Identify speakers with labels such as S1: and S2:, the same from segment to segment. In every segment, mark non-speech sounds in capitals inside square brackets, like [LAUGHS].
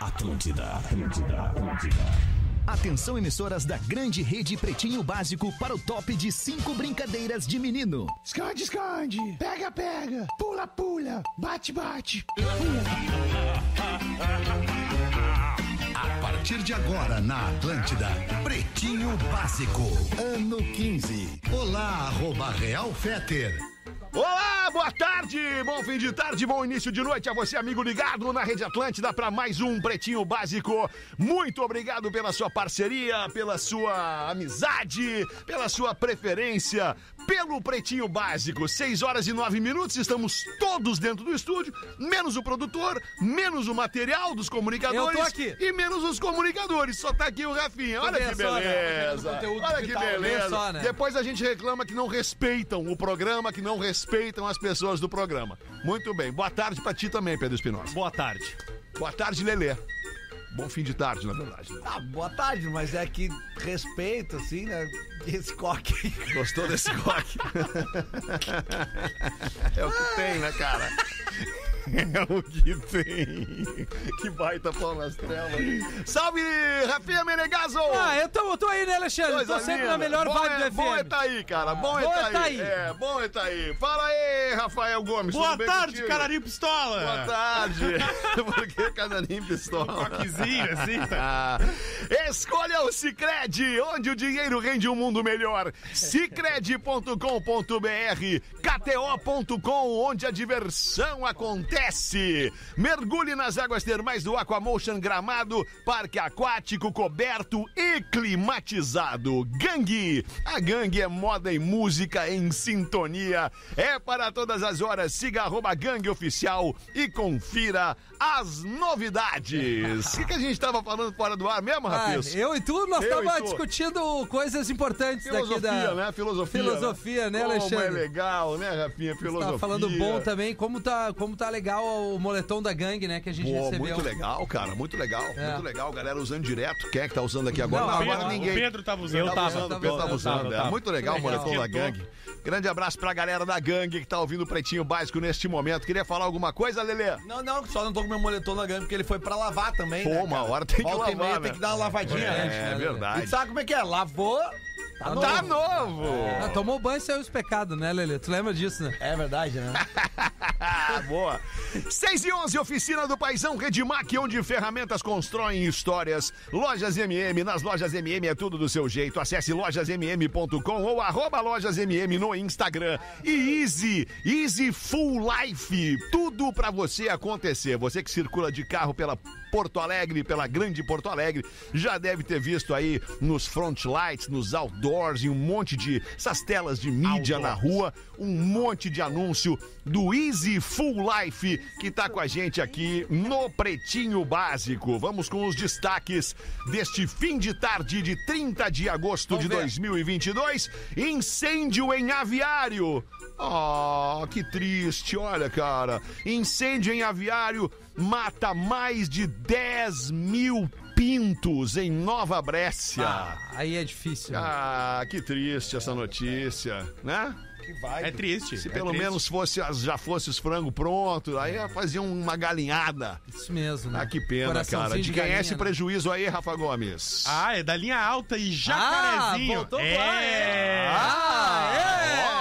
S1: Atlântida, Atlântida, Atlântida. Atenção emissoras da grande rede Pretinho Básico para o top de cinco brincadeiras de menino.
S2: Esconde, esconde, pega, pega, pula, pula, bate, bate, pula.
S3: A partir de agora na Atlântida, Pretinho Básico, ano 15. Olá, arroba Real Feter.
S4: Olá, boa tarde, bom fim de tarde, bom início de noite a você, amigo ligado na Rede Atlântida para mais um Pretinho Básico. Muito obrigado pela sua parceria, pela sua amizade, pela sua preferência, pelo Pretinho Básico. Seis horas e nove minutos, estamos todos dentro do estúdio, menos o produtor, menos o material dos comunicadores e menos os comunicadores. Só tá aqui o Rafinha. Olha que beleza. né? Olha que tá beleza. Depois a gente reclama que não respeitam o programa, que não respeitam respeitam as pessoas do programa. Muito bem. Boa tarde pra ti também, Pedro Espinosa.
S5: Boa tarde.
S4: Boa tarde, Lelê. Bom fim de tarde, na verdade.
S6: Ah, boa tarde, mas é que respeito, assim, né? Esse coque.
S4: Gostou desse coque? [LAUGHS] é o que tem, né, cara? [LAUGHS] É o que tem. Que baita pau nas trevas. Salve, Rafinha Menegaso!
S5: Ah, eu tô, eu tô aí, né, Alexandre? Coisa tô sempre linda. na melhor
S4: bom
S5: vibe é, do FM.
S4: Bom é tá aí, cara. Bom, ah, é, bom tá, é tá aí. aí. É, bom é tá aí. Fala aí, Rafael Gomes.
S7: Boa tarde, Canarim Pistola.
S4: Boa tarde. [LAUGHS] Por que Canarim Pistola?
S7: Um coquezinho,
S4: [LAUGHS]
S7: assim.
S4: Tá? Escolha o Cicred, onde o dinheiro rende um mundo melhor. Cicred.com.br, KTO.com, onde a diversão acontece acontece. Mergulhe nas águas termais do Aquamotion Gramado, parque aquático coberto e climatizado. Gangue. A gangue é moda e música em sintonia. É para todas as horas. Siga arroba gangue oficial e confira as
S5: [LAUGHS]
S4: novidades. O que, que, a gente estava falando fora do ar mesmo, Rafiz?
S5: Ah, eu e tu, nós estávamos discutindo coisas importantes
S4: filosofia,
S5: daqui da...
S4: Né? Filosofia,
S5: filosofia, né, né Alexandre?
S4: Como é legal, né, Rafinha? Filosofia. Tá
S5: falando bom também, como tá, como tá legal legal o moletom da gangue, né? Que a gente Pô, recebeu.
S4: Muito legal, cara. Muito legal. É. Muito legal. Galera usando direto. Quem é que tá usando aqui agora? Não, não agora
S7: Pedro,
S4: ninguém.
S7: O Pedro tava usando.
S4: Eu tava, usando, o Pedro tava usando. É muito legal, legal. o moletom da gangue. Grande abraço pra galera da gangue que tá ouvindo o Pretinho Básico neste momento. Queria falar alguma coisa, Lelê?
S6: Não, não, só não tô com meu moletom da gangue, porque ele foi pra lavar também, Pô, né,
S4: uma hora tem Volta que lavar, meia, né?
S6: tem que dar uma lavadinha
S4: é,
S6: antes.
S4: É, né, verdade.
S8: Tá
S6: E sabe como é que é? Lavou...
S4: Tá novo. Tá novo. É.
S5: Ah, tomou banho e saiu os pecados, né, Lelê? Tu lembra disso, né?
S6: É verdade, né?
S4: Boa. 6 e 11, oficina do Paizão Redmac, onde ferramentas constroem histórias. Lojas MM, nas lojas MM é tudo do seu jeito. Acesse lojasmm.com ou arroba lojasmm no Instagram. E Easy, Easy Full Life. Tudo pra você acontecer. Você que circula de carro pela Porto Alegre, pela Grande Porto Alegre, já deve ter visto aí nos front lights, nos outdoors outdoors e um monte de essas telas de mídia outdoors. na rua, um monte de anúncio do Easy Full Life que tá com a gente aqui no Pretinho Básico. Vamos com os destaques deste fim de tarde de 30 de agosto Vamos de ver. 2022. Incêndio em aviário. Oh, que triste, olha, cara. Incêndio em aviário mata mais de 10 mil Pintos em Nova Brécia.
S5: Ah, aí é difícil. Né?
S4: Ah, que triste essa notícia, né?
S7: É triste.
S4: Se
S7: é
S4: pelo
S7: triste.
S4: menos fosse, já fosse os frango pronto, aí fazia uma galinhada.
S5: Isso mesmo, né?
S4: Ah, que pena, cara. De, de quem galinha, é esse né? prejuízo aí, Rafa Gomes?
S7: Ah, é da linha alta e jacarezinho.
S5: Ah, voltou
S7: é.
S5: Lá, é.
S4: Ah,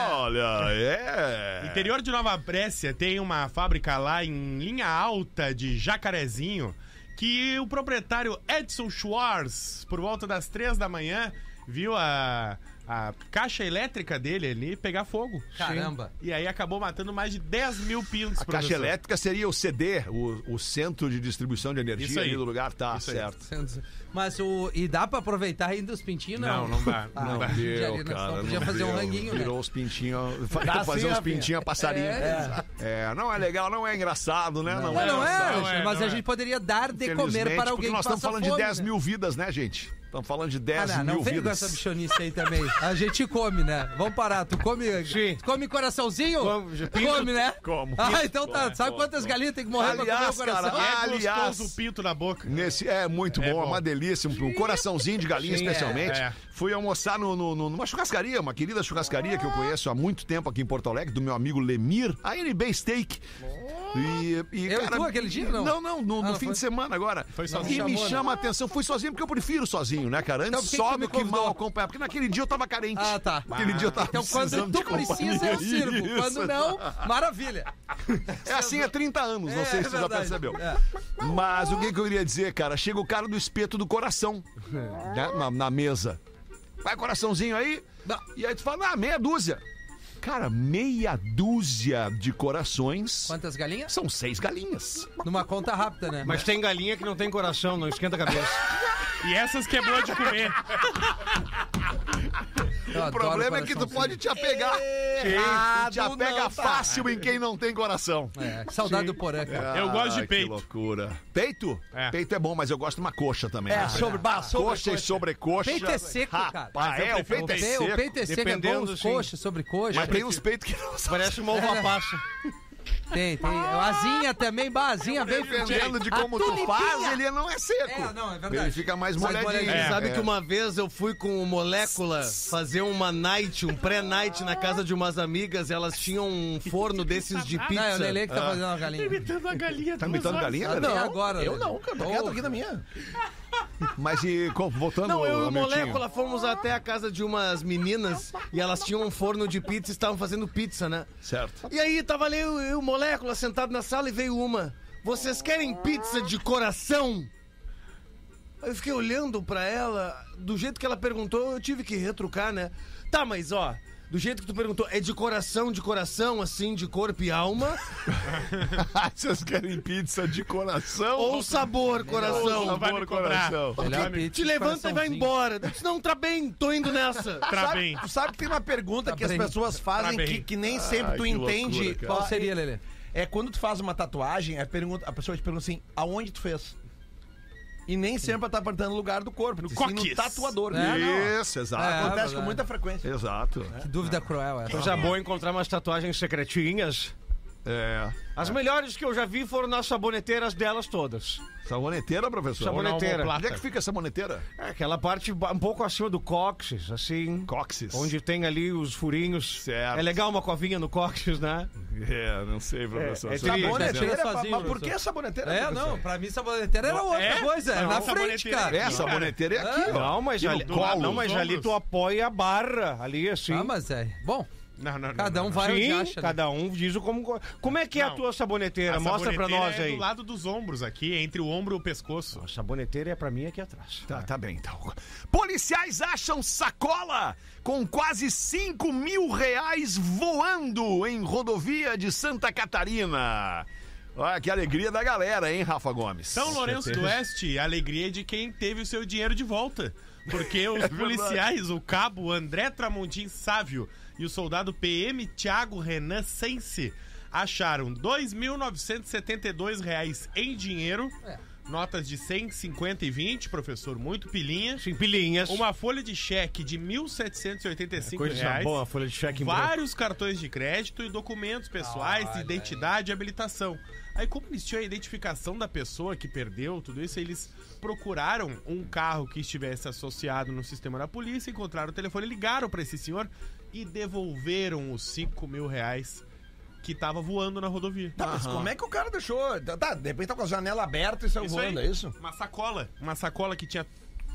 S4: é. Olha, é.
S7: Interior de Nova Brécia tem uma fábrica lá em linha alta de jacarezinho que o proprietário Edson Schwartz, por volta das três da manhã, viu a, a caixa elétrica dele ali pegar fogo.
S5: Caramba!
S7: E aí acabou matando mais de 10 mil pintos.
S4: A caixa elétrica seria o CD, o, o centro de distribuição de energia Isso aí. ali do lugar, tá Isso certo.
S5: Aí. Mas o. E dá pra aproveitar ainda os pintinhos?
S7: Não, não, não dá.
S4: Ah, não, dá. Deu, cara, não
S5: podia
S4: não
S5: fazer
S4: deu.
S5: um ranguinho.
S4: Virou né? os pintinhos. [LAUGHS] fazer uns pintinhos passarinho. É. É. é. não é legal, não é engraçado, né?
S5: Não, não é, não é, mas a gente poderia dar de comer para alguém que
S4: nós
S5: estamos
S4: falando
S5: fome,
S4: de 10 mil vidas, né, gente? Estamos falando de 10
S5: ah, não,
S4: É mil
S5: não vem
S4: vidas.
S5: com essa bichonice aí também. A gente come, né? Vamos parar. Tu come, tu come coraçãozinho? Como, come, né?
S4: Como?
S5: Ah, então tá. Sabe como, quantas como. galinhas tem que morrer
S4: aliás,
S5: pra comer o coração?
S4: Cara,
S7: é
S4: aliás,
S7: o pinto na boca.
S4: Nesse, é muito é bom, bom, é uma delícia. Um coraçãozinho de galinha, Sim, especialmente. É, é. Fui almoçar no, no, numa churrascaria, uma querida churrascaria que eu conheço há muito tempo aqui em Porto Alegre, do meu amigo Lemir, a NB Steak. Oh. E, e,
S5: Eu e tu É aquele dia, não?
S4: Não, não, no, no
S5: Ah, não
S4: fim
S5: foi?
S4: de semana agora.
S7: Foi
S4: E
S7: sozinho.
S4: me
S5: Chamou, né?
S4: chama a atenção. Fui sozinho porque eu prefiro sozinho, né, cara? Antes
S5: Então, por que que
S4: só
S5: tu me
S4: do que mal
S5: convidou?
S4: acompanhar. Porque naquele dia eu tava carente.
S5: Ah, tá.
S4: Aquele dia eu tava
S5: Então, quando
S4: precisando
S5: tu
S4: de companhia.
S5: precisa,
S4: [LAUGHS]
S5: eu sirvo.
S4: Isso,
S5: Quando não, maravilha.
S4: É assim há 30 anos, não
S5: É,
S4: sei se
S5: é
S4: você já
S5: verdade.
S4: percebeu.
S5: É.
S4: Mas o que, que eu queria dizer, cara? Chega o cara do espeto do coração né? na, na mesa. Vai coraçãozinho aí.
S5: Não.
S4: E aí tu fala, ah, meia dúzia. Cara, meia dúzia de corações
S5: Quantas galinhas?
S4: são seis galinhas.
S5: Numa conta rápida, né?
S8: [LAUGHS] Mas tem galinha que não tem coração, não esquenta a cabeça.
S7: E essas quebrou de comer.
S5: o
S4: O problema é que tu pode te apegar. Tu te apega fácil em quem não tem coração.
S5: É, saudade do porã, cara.
S7: Eu
S4: [LAUGHS]
S7: gosto de
S4: Ah, que
S7: peito.
S4: loucura. Peito?
S7: É.
S4: Peito é bom, mas eu gosto de uma coxa também.
S6: É,
S4: né?
S6: sobre, bah, sobre
S4: Coxa e sobrecoxa.
S5: Peito é seco, cara.
S4: Rapaz, é, o peito é
S5: Pe-
S4: seco.
S5: O peito é seco, é bom,
S8: Dependendo,
S5: os
S8: sim.
S5: coxa, sobre coxa.
S4: Mas tem uns peitos que não são.
S8: Parece uma uva passa.
S5: Tem, tem. Asinha também, bazinha vem
S4: Dependendo de
S5: A
S4: como tu
S5: tulipinha.
S4: faz, ele não é seco.
S5: É, não, é verdade.
S4: Ele fica mais
S8: Mas,
S4: molhadinho.
S8: Bonetti,
S4: É,
S8: sabe
S4: é.
S8: que uma vez eu fui com o Molécula fazer uma night, um pré-night na casa de umas amigas. Elas tinham um forno desses de pizza.
S5: Não, é o Lele que
S4: Ah.
S5: tá fazendo uma galinha.
S7: Imitando a galinha.
S4: Tá imitando galinha,
S5: Até
S4: Lelê?
S5: agora, né?
S6: Eu
S5: Lelê.
S6: não, cara. Tô quieto aqui na minha.
S4: Mas e com- voltando
S8: Não, eu e o
S4: Hamiltinho.
S8: Molécula fomos até a casa de umas meninas e elas tinham um forno de pizza e estavam fazendo pizza, né?
S4: Certo. [LAUGHS]
S8: E aí tava ali eu e o Molécula sentado na sala e veio uma. Vocês querem pizza de coração? Aí eu fiquei olhando pra ela, do jeito que ela perguntou, eu tive que retrucar, né? Tá, mas ó, do jeito que tu perguntou, é de coração, de coração, assim, de corpo e alma?
S4: Ah, Vocês querem pizza de coração?
S8: ou sabor, coração?
S7: Não vai me cobrar.
S5: Melhor pizza
S8: Te
S5: de
S8: levanta e vai
S5: coraçãozinho.
S8: embora. Eu disse, Não, tá bem, tô indo nessa.
S7: Tá bem.
S6: Tu sabe que tem uma pergunta que as
S5: bem.
S6: pessoas fazem
S7: Tá bem.
S6: que, que nem sempre tu
S4: que loucura,
S6: entende.
S4: cara.
S6: Qual
S5: Qual seria, Lelê?
S6: É quando tu faz uma tatuagem, a, pergunta, a pessoa te pergunta assim, aonde tu fez? E nem sempre ela tá apertando o lugar do corpo, no, sim,
S7: cóccix.
S6: no tatuador. né?
S5: É, não.
S4: Isso, exato.
S6: Acontece
S5: É,
S6: com muita frequência.
S4: Exato.
S5: Que dúvida cruel essa.
S8: Coisa boa encontrar umas tatuagens secretinhas.
S4: É.
S8: As melhores que eu já vi foram nas saboneteiras delas todas.
S4: Saboneteira, professor?
S8: Sabone- Saboneteira.
S4: Onde é que fica a saboneteira?
S8: É aquela parte ba- um pouco acima do cóccix, assim.
S4: Cóccix.
S8: Onde tem ali os furinhos.
S4: Certo.
S8: É legal uma covinha no cóccix, né?
S4: É, não sei, professor. tá
S8: é
S4: Só-
S8: tri-
S6: Saboneteira,
S5: Tira
S6: mas,
S5: sozinho,
S6: mas por que
S5: professor.
S6: saboneteira?
S5: É, não, pra mim saboneteira era outra
S7: é?
S5: coisa, era
S7: Não,
S5: na frente,
S7: saboneteira
S5: cara.
S4: É, saboneteira é aqui, ó.
S8: Não, mas
S7: E no
S8: ali, Ah,
S7: colo,
S8: não,
S7: nos
S8: mas ali
S7: ombros.
S8: tu apoia a barra, ali assim.
S5: Ah, mas é. Bom,
S7: Não, não, não.
S5: cada um
S7: não.
S5: vai onde
S8: Sim,
S5: acha. né?
S8: cada um diz o como. Como é que é
S7: Não.
S8: a tua saboneteira?
S7: A
S8: Mostra pra
S7: saboneteira
S8: nós
S7: é
S8: aí.
S7: do lado dos ombros aqui, entre o ombro e o pescoço.
S8: A saboneteira é pra mim aqui atrás.
S4: Tá, tá bem, então. Policiais acham sacola com quase 5 mil reais voando em rodovia de Santa Catarina. Olha que alegria da galera, hein, Rafa Gomes?
S7: São Lourenço do Oeste, a alegria de quem teve o seu dinheiro de volta.
S8: [LAUGHS]
S7: Porque
S8: É
S7: os policiais, o cabo André Tramontim Sávio e o soldado PM Thiago Renan Sense acharam R$ 2.972 reais em dinheiro, notas de 100, 50 e 20, professor, muito pilinha,
S8: Sim, pilinhas.
S7: uma folha de cheque de R$ 1.785.
S8: É coisa
S7: reais,
S8: boa, a folha de cheque em branco.
S7: vários cartões de crédito e documentos pessoais, identidade e habilitação. Aí, como eles tinham a identificação da pessoa que perdeu tudo isso, eles procuraram um carro que estivesse associado no sistema da polícia, encontraram o telefone, ligaram pra esse senhor e devolveram os 5 mil reais que tava voando na rodovia.
S6: Tá, mas como é que o cara deixou? Tá, Tá, de repente tá com a janela aberta e saiu
S7: Isso
S6: voando,
S7: aí,
S6: é isso?
S7: Uma sacola. Uma sacola que tinha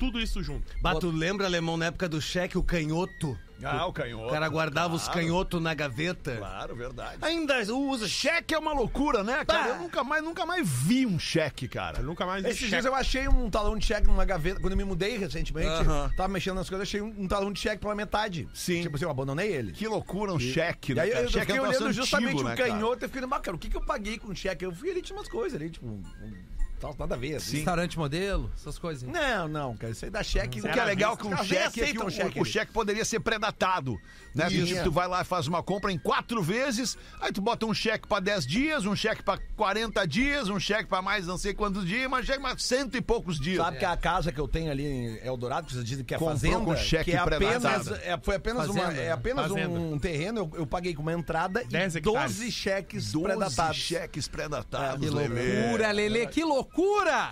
S7: tudo isso junto.
S8: Bah, tu lembra, alemão, na época do cheque, o canhoto?
S4: Ah, o
S8: O
S4: canhoto.
S8: cara guardava os
S4: claro,
S8: canhotos na gaveta.
S4: Claro, verdade.
S8: Ainda usa
S4: Cheque é uma loucura, né, cara?
S6: Bah.
S4: Eu nunca mais, nunca mais vi um cheque,
S7: Eu
S4: cara.
S7: nunca mais vi
S6: Esses dias
S7: cheque.
S6: eu achei um talão de cheque numa gaveta. Quando eu me mudei recentemente,
S4: Aham.
S5: Tá,
S6: tava mexendo nas coisas, achei um, um talão de cheque pela metade.
S4: Sim.
S6: Tipo assim, eu abandonei ele.
S4: Que loucura um cheque,
S6: E
S4: né?
S6: aí
S4: cara?
S6: eu
S4: cheque
S6: fiquei
S4: um troço
S6: olhando justamente
S4: antigo,
S6: o
S4: né, cara?
S6: canhoto e fiquei, ah, cara, o que, que eu paguei com o cheque? Eu fui ali, tinha umas coisas ali, tipo, um- um- tal, nada a ver. assim.
S5: Restaurante modelo, essas coisas. aí.
S6: Não, não, cara, isso aí dá cheque.
S4: O que é legal que um
S6: Cara, nem
S4: cheque é que
S6: aceita
S4: o,
S6: um cheque,
S4: o
S6: ele.
S4: cheque poderia ser predatado, né?
S6: Isso.
S4: Porque tu vai lá e faz uma compra em quatro vezes, aí tu bota um cheque pra 10 dias, um cheque pra 40 dias, um cheque pra mais não sei quantos dias, mas cheque pra cento e poucos dias.
S6: Sabe que a casa que eu tenho ali em Eldorado, que vocês dizem que é
S4: Comprou
S6: fazenda,
S4: com cheque
S6: que é apenas,
S4: pré-datado.
S6: é- foi apenas, uma,
S5: Fazenda,
S6: é
S5: né?
S6: apenas
S7: Fazenda.
S6: um terreno, eu, eu paguei com uma entrada
S7: Dez
S6: e
S7: hectares.
S6: 12 cheques
S4: 12
S6: pré-datados.
S4: cheques
S5: É, Que
S4: pré-datados, Lelê.
S5: loucura, Lelê, que loucura!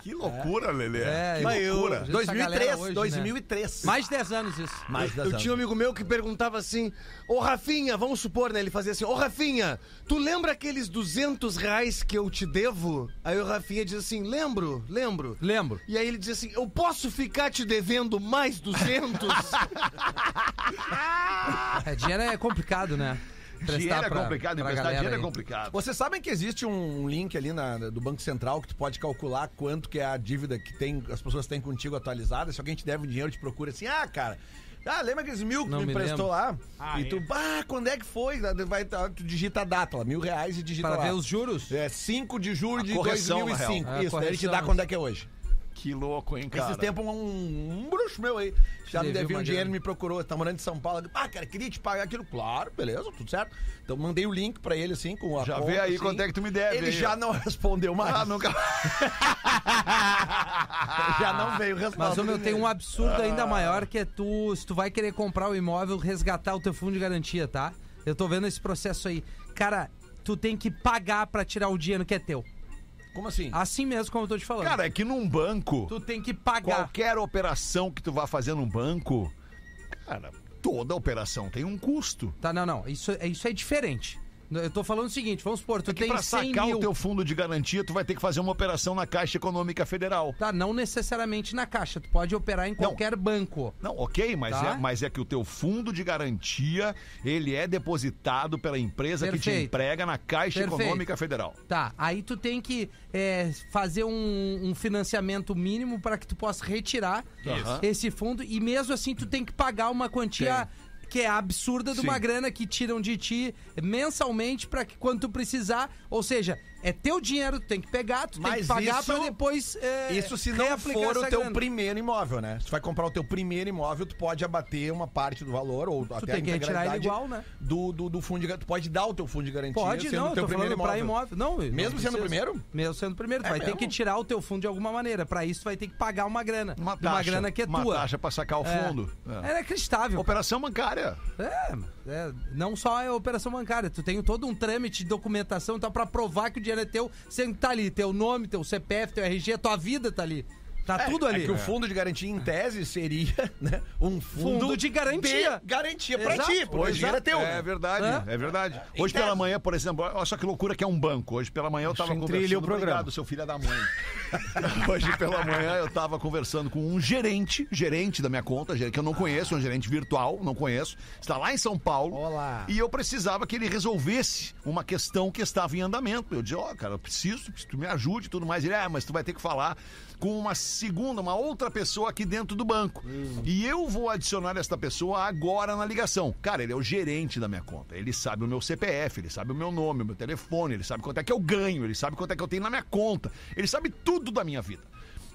S4: Que loucura, Lelê.
S5: É,
S4: que
S5: mas eu-
S4: loucura.
S5: Essa galera
S6: 2003,
S5: hoje, né?
S6: 2003.
S5: Mais de 10 anos isso.
S6: Mais
S8: Eu tinha um amigo meu que perguntava assim, ô Rafinha, vamos supor, né? Ele fazia assim, ô Rafinha, tu lembra aqueles 200 reais que eu te devo? Aí o Rafinha diz assim, lembro, lembro.
S5: Lembro.
S8: E aí ele diz assim, eu posso ficar te devendo mais 200?
S5: É, dinheiro é complicado, né? Emprestar
S4: Dinheiro é
S5: pra-
S4: complicado,
S5: pra
S4: emprestar
S5: galera
S4: dinheiro é
S5: aí.
S4: complicado.
S6: Vocês sabem que existe um link ali na- do Banco Central que tu pode calcular quanto que é a dívida que tem, as pessoas têm contigo atualizada. Se alguém te deve um dinheiro, te procura assim, ah, cara. Ah, lembra aqueles mil que
S5: Não
S6: tu me
S5: me
S6: emprestou
S5: lembro.
S6: lá?
S7: Ah,
S6: e tu,
S7: é.
S6: bah, quando é que foi? Vai, tá, tu digita a data lá, mil reais e digita
S5: Para
S6: lá.
S5: ver os juros.
S6: É 5 de julho de
S4: correção, na real.
S6: 2005.
S5: É, a
S6: Isso, daí ele te
S5: correção.
S6: dá quando é que é hoje.
S4: Que louco, hein, cara.
S6: Esses tempos um, um bruxo meu aí já me
S5: Devia
S6: devia um
S5: uma
S6: dinheiro e me
S5: grana.
S6: procurou. Tá morando em São Paulo. Ah, cara, queria te pagar aquilo. Claro, beleza, tudo certo. Então mandei o link pra ele assim com a
S4: Já
S6: conta,
S4: vê aí
S6: assim.
S4: quanto é que tu me deve.
S6: Ele
S4: aí,
S6: já
S4: ó.
S6: não [LAUGHS] respondeu mais.
S5: é
S4: Ah, nunca.
S6: [LAUGHS] já não veio responder.
S5: Mas o meu tem um absurdo ainda maior que é tu, se tu vai querer comprar o imóvel, resgatar o teu fundo de garantia, tá? Eu tô vendo esse processo aí. Cara, tu tem que pagar pra tirar o dinheiro que é teu.
S6: Como assim?
S5: Assim mesmo como eu tô te falando.
S4: Cara, é que num banco,
S5: tu tem que pagar.
S4: qualquer operação que tu vá fazer num banco, cara, toda operação tem um custo.
S5: Tá, não, não. Isso, é- isso é diferente. Eu tô falando o seguinte, vamos supor, tu
S4: Que
S5: tem
S4: pra
S5: 100
S4: sacar
S5: mil.
S4: o teu fundo de garantia, tu vai ter que fazer uma operação na Caixa Econômica Federal.
S5: Tá, não necessariamente na caixa. Tu pode operar em qualquer banco.
S4: Não, ok, mas,
S5: Tá.
S4: é, mas é que o teu fundo de garantia, ele é depositado pela empresa que te
S5: Perfeito.
S4: emprega na Caixa
S5: Perfeito.
S4: Econômica Federal.
S5: Tá, aí tu tem que é, fazer um, um financiamento mínimo para que tu possa retirar
S4: Isso.
S5: esse fundo e mesmo assim tu tem que pagar uma quantia que é absurda de uma grana que tiram de ti mensalmente para que quando tu precisar, ou seja, é teu dinheiro, tu tem que pegar, tu tem
S6: Mas
S5: que pagar
S6: isso-
S5: para depois é,
S6: Isso se não
S5: reaplicar
S6: for o
S5: essa
S6: teu
S5: grana.
S6: primeiro imóvel, né? Se tu vai comprar o teu primeiro imóvel, tu pode abater uma parte do valor ou até
S5: tem
S6: a
S5: que retirar ele
S6: integralidade
S5: igual, né?
S6: Do, do, do fundo de garantia. Tu pode dar o teu fundo de garantia
S5: Pode, não, eu tô falando pra imóvel. Não, não
S6: Mesmo sendo o
S5: precisa.
S6: primeiro? É
S5: Mesmo sendo o primeiro, tu vai ter
S6: mesmo?
S5: que tirar o teu fundo de alguma maneira. Pra isso, tu vai ter que pagar uma grana.
S4: Uma
S5: Uma,
S4: taxa.
S5: grana que é
S4: uma
S5: tua.
S4: taxa pra sacar o fundo. É.
S5: É. Era acreditável.
S4: Operação bancária.
S5: É, é, não só é operação bancária, tu tem todo um trâmite de documentação e tal pra provar que o dinheiro é teu, sendo que tá ali, teu nome, teu CPF, teu RG, tua vida tá ali. Tá tudo ali.
S6: É que o fundo de garantia, em tese, seria [LAUGHS] né, um fundo,
S5: Fundo de garantia.
S6: de garantia pra
S5: Exato,
S6: ti, porque o dinheiro é teu.
S4: É
S6: né? Ah, então-
S4: verdade,
S5: Hã?
S4: é verdade. Hoje pela manhã, por exemplo, olha só que loucura que é um banco. Hoje pela manhã eu tava conversando.
S2: o programa.
S4: Obrigado, seu filho é da mãe. [LAUGHS] Hoje pela manhã eu tava conversando com um gerente, gerente da minha conta, gerente que eu não conheço, um gerente virtual, não conheço. Está lá em São Paulo.
S6: Olá.
S4: E eu precisava que ele resolvesse uma questão que estava em andamento. Eu disse, ó, cara, eu preciso que tu me ajude e tudo mais. Ele, ah, mas tu vai ter que falar com uma segunda, uma outra pessoa aqui dentro do banco. E eu vou adicionar esta pessoa agora na ligação. Cara, ele é o gerente da minha conta. Ele sabe o meu CPF, ele sabe o meu nome, o meu telefone, ele sabe quanto é que eu ganho, ele sabe quanto é que eu tenho na minha conta. Ele sabe tudo da minha vida.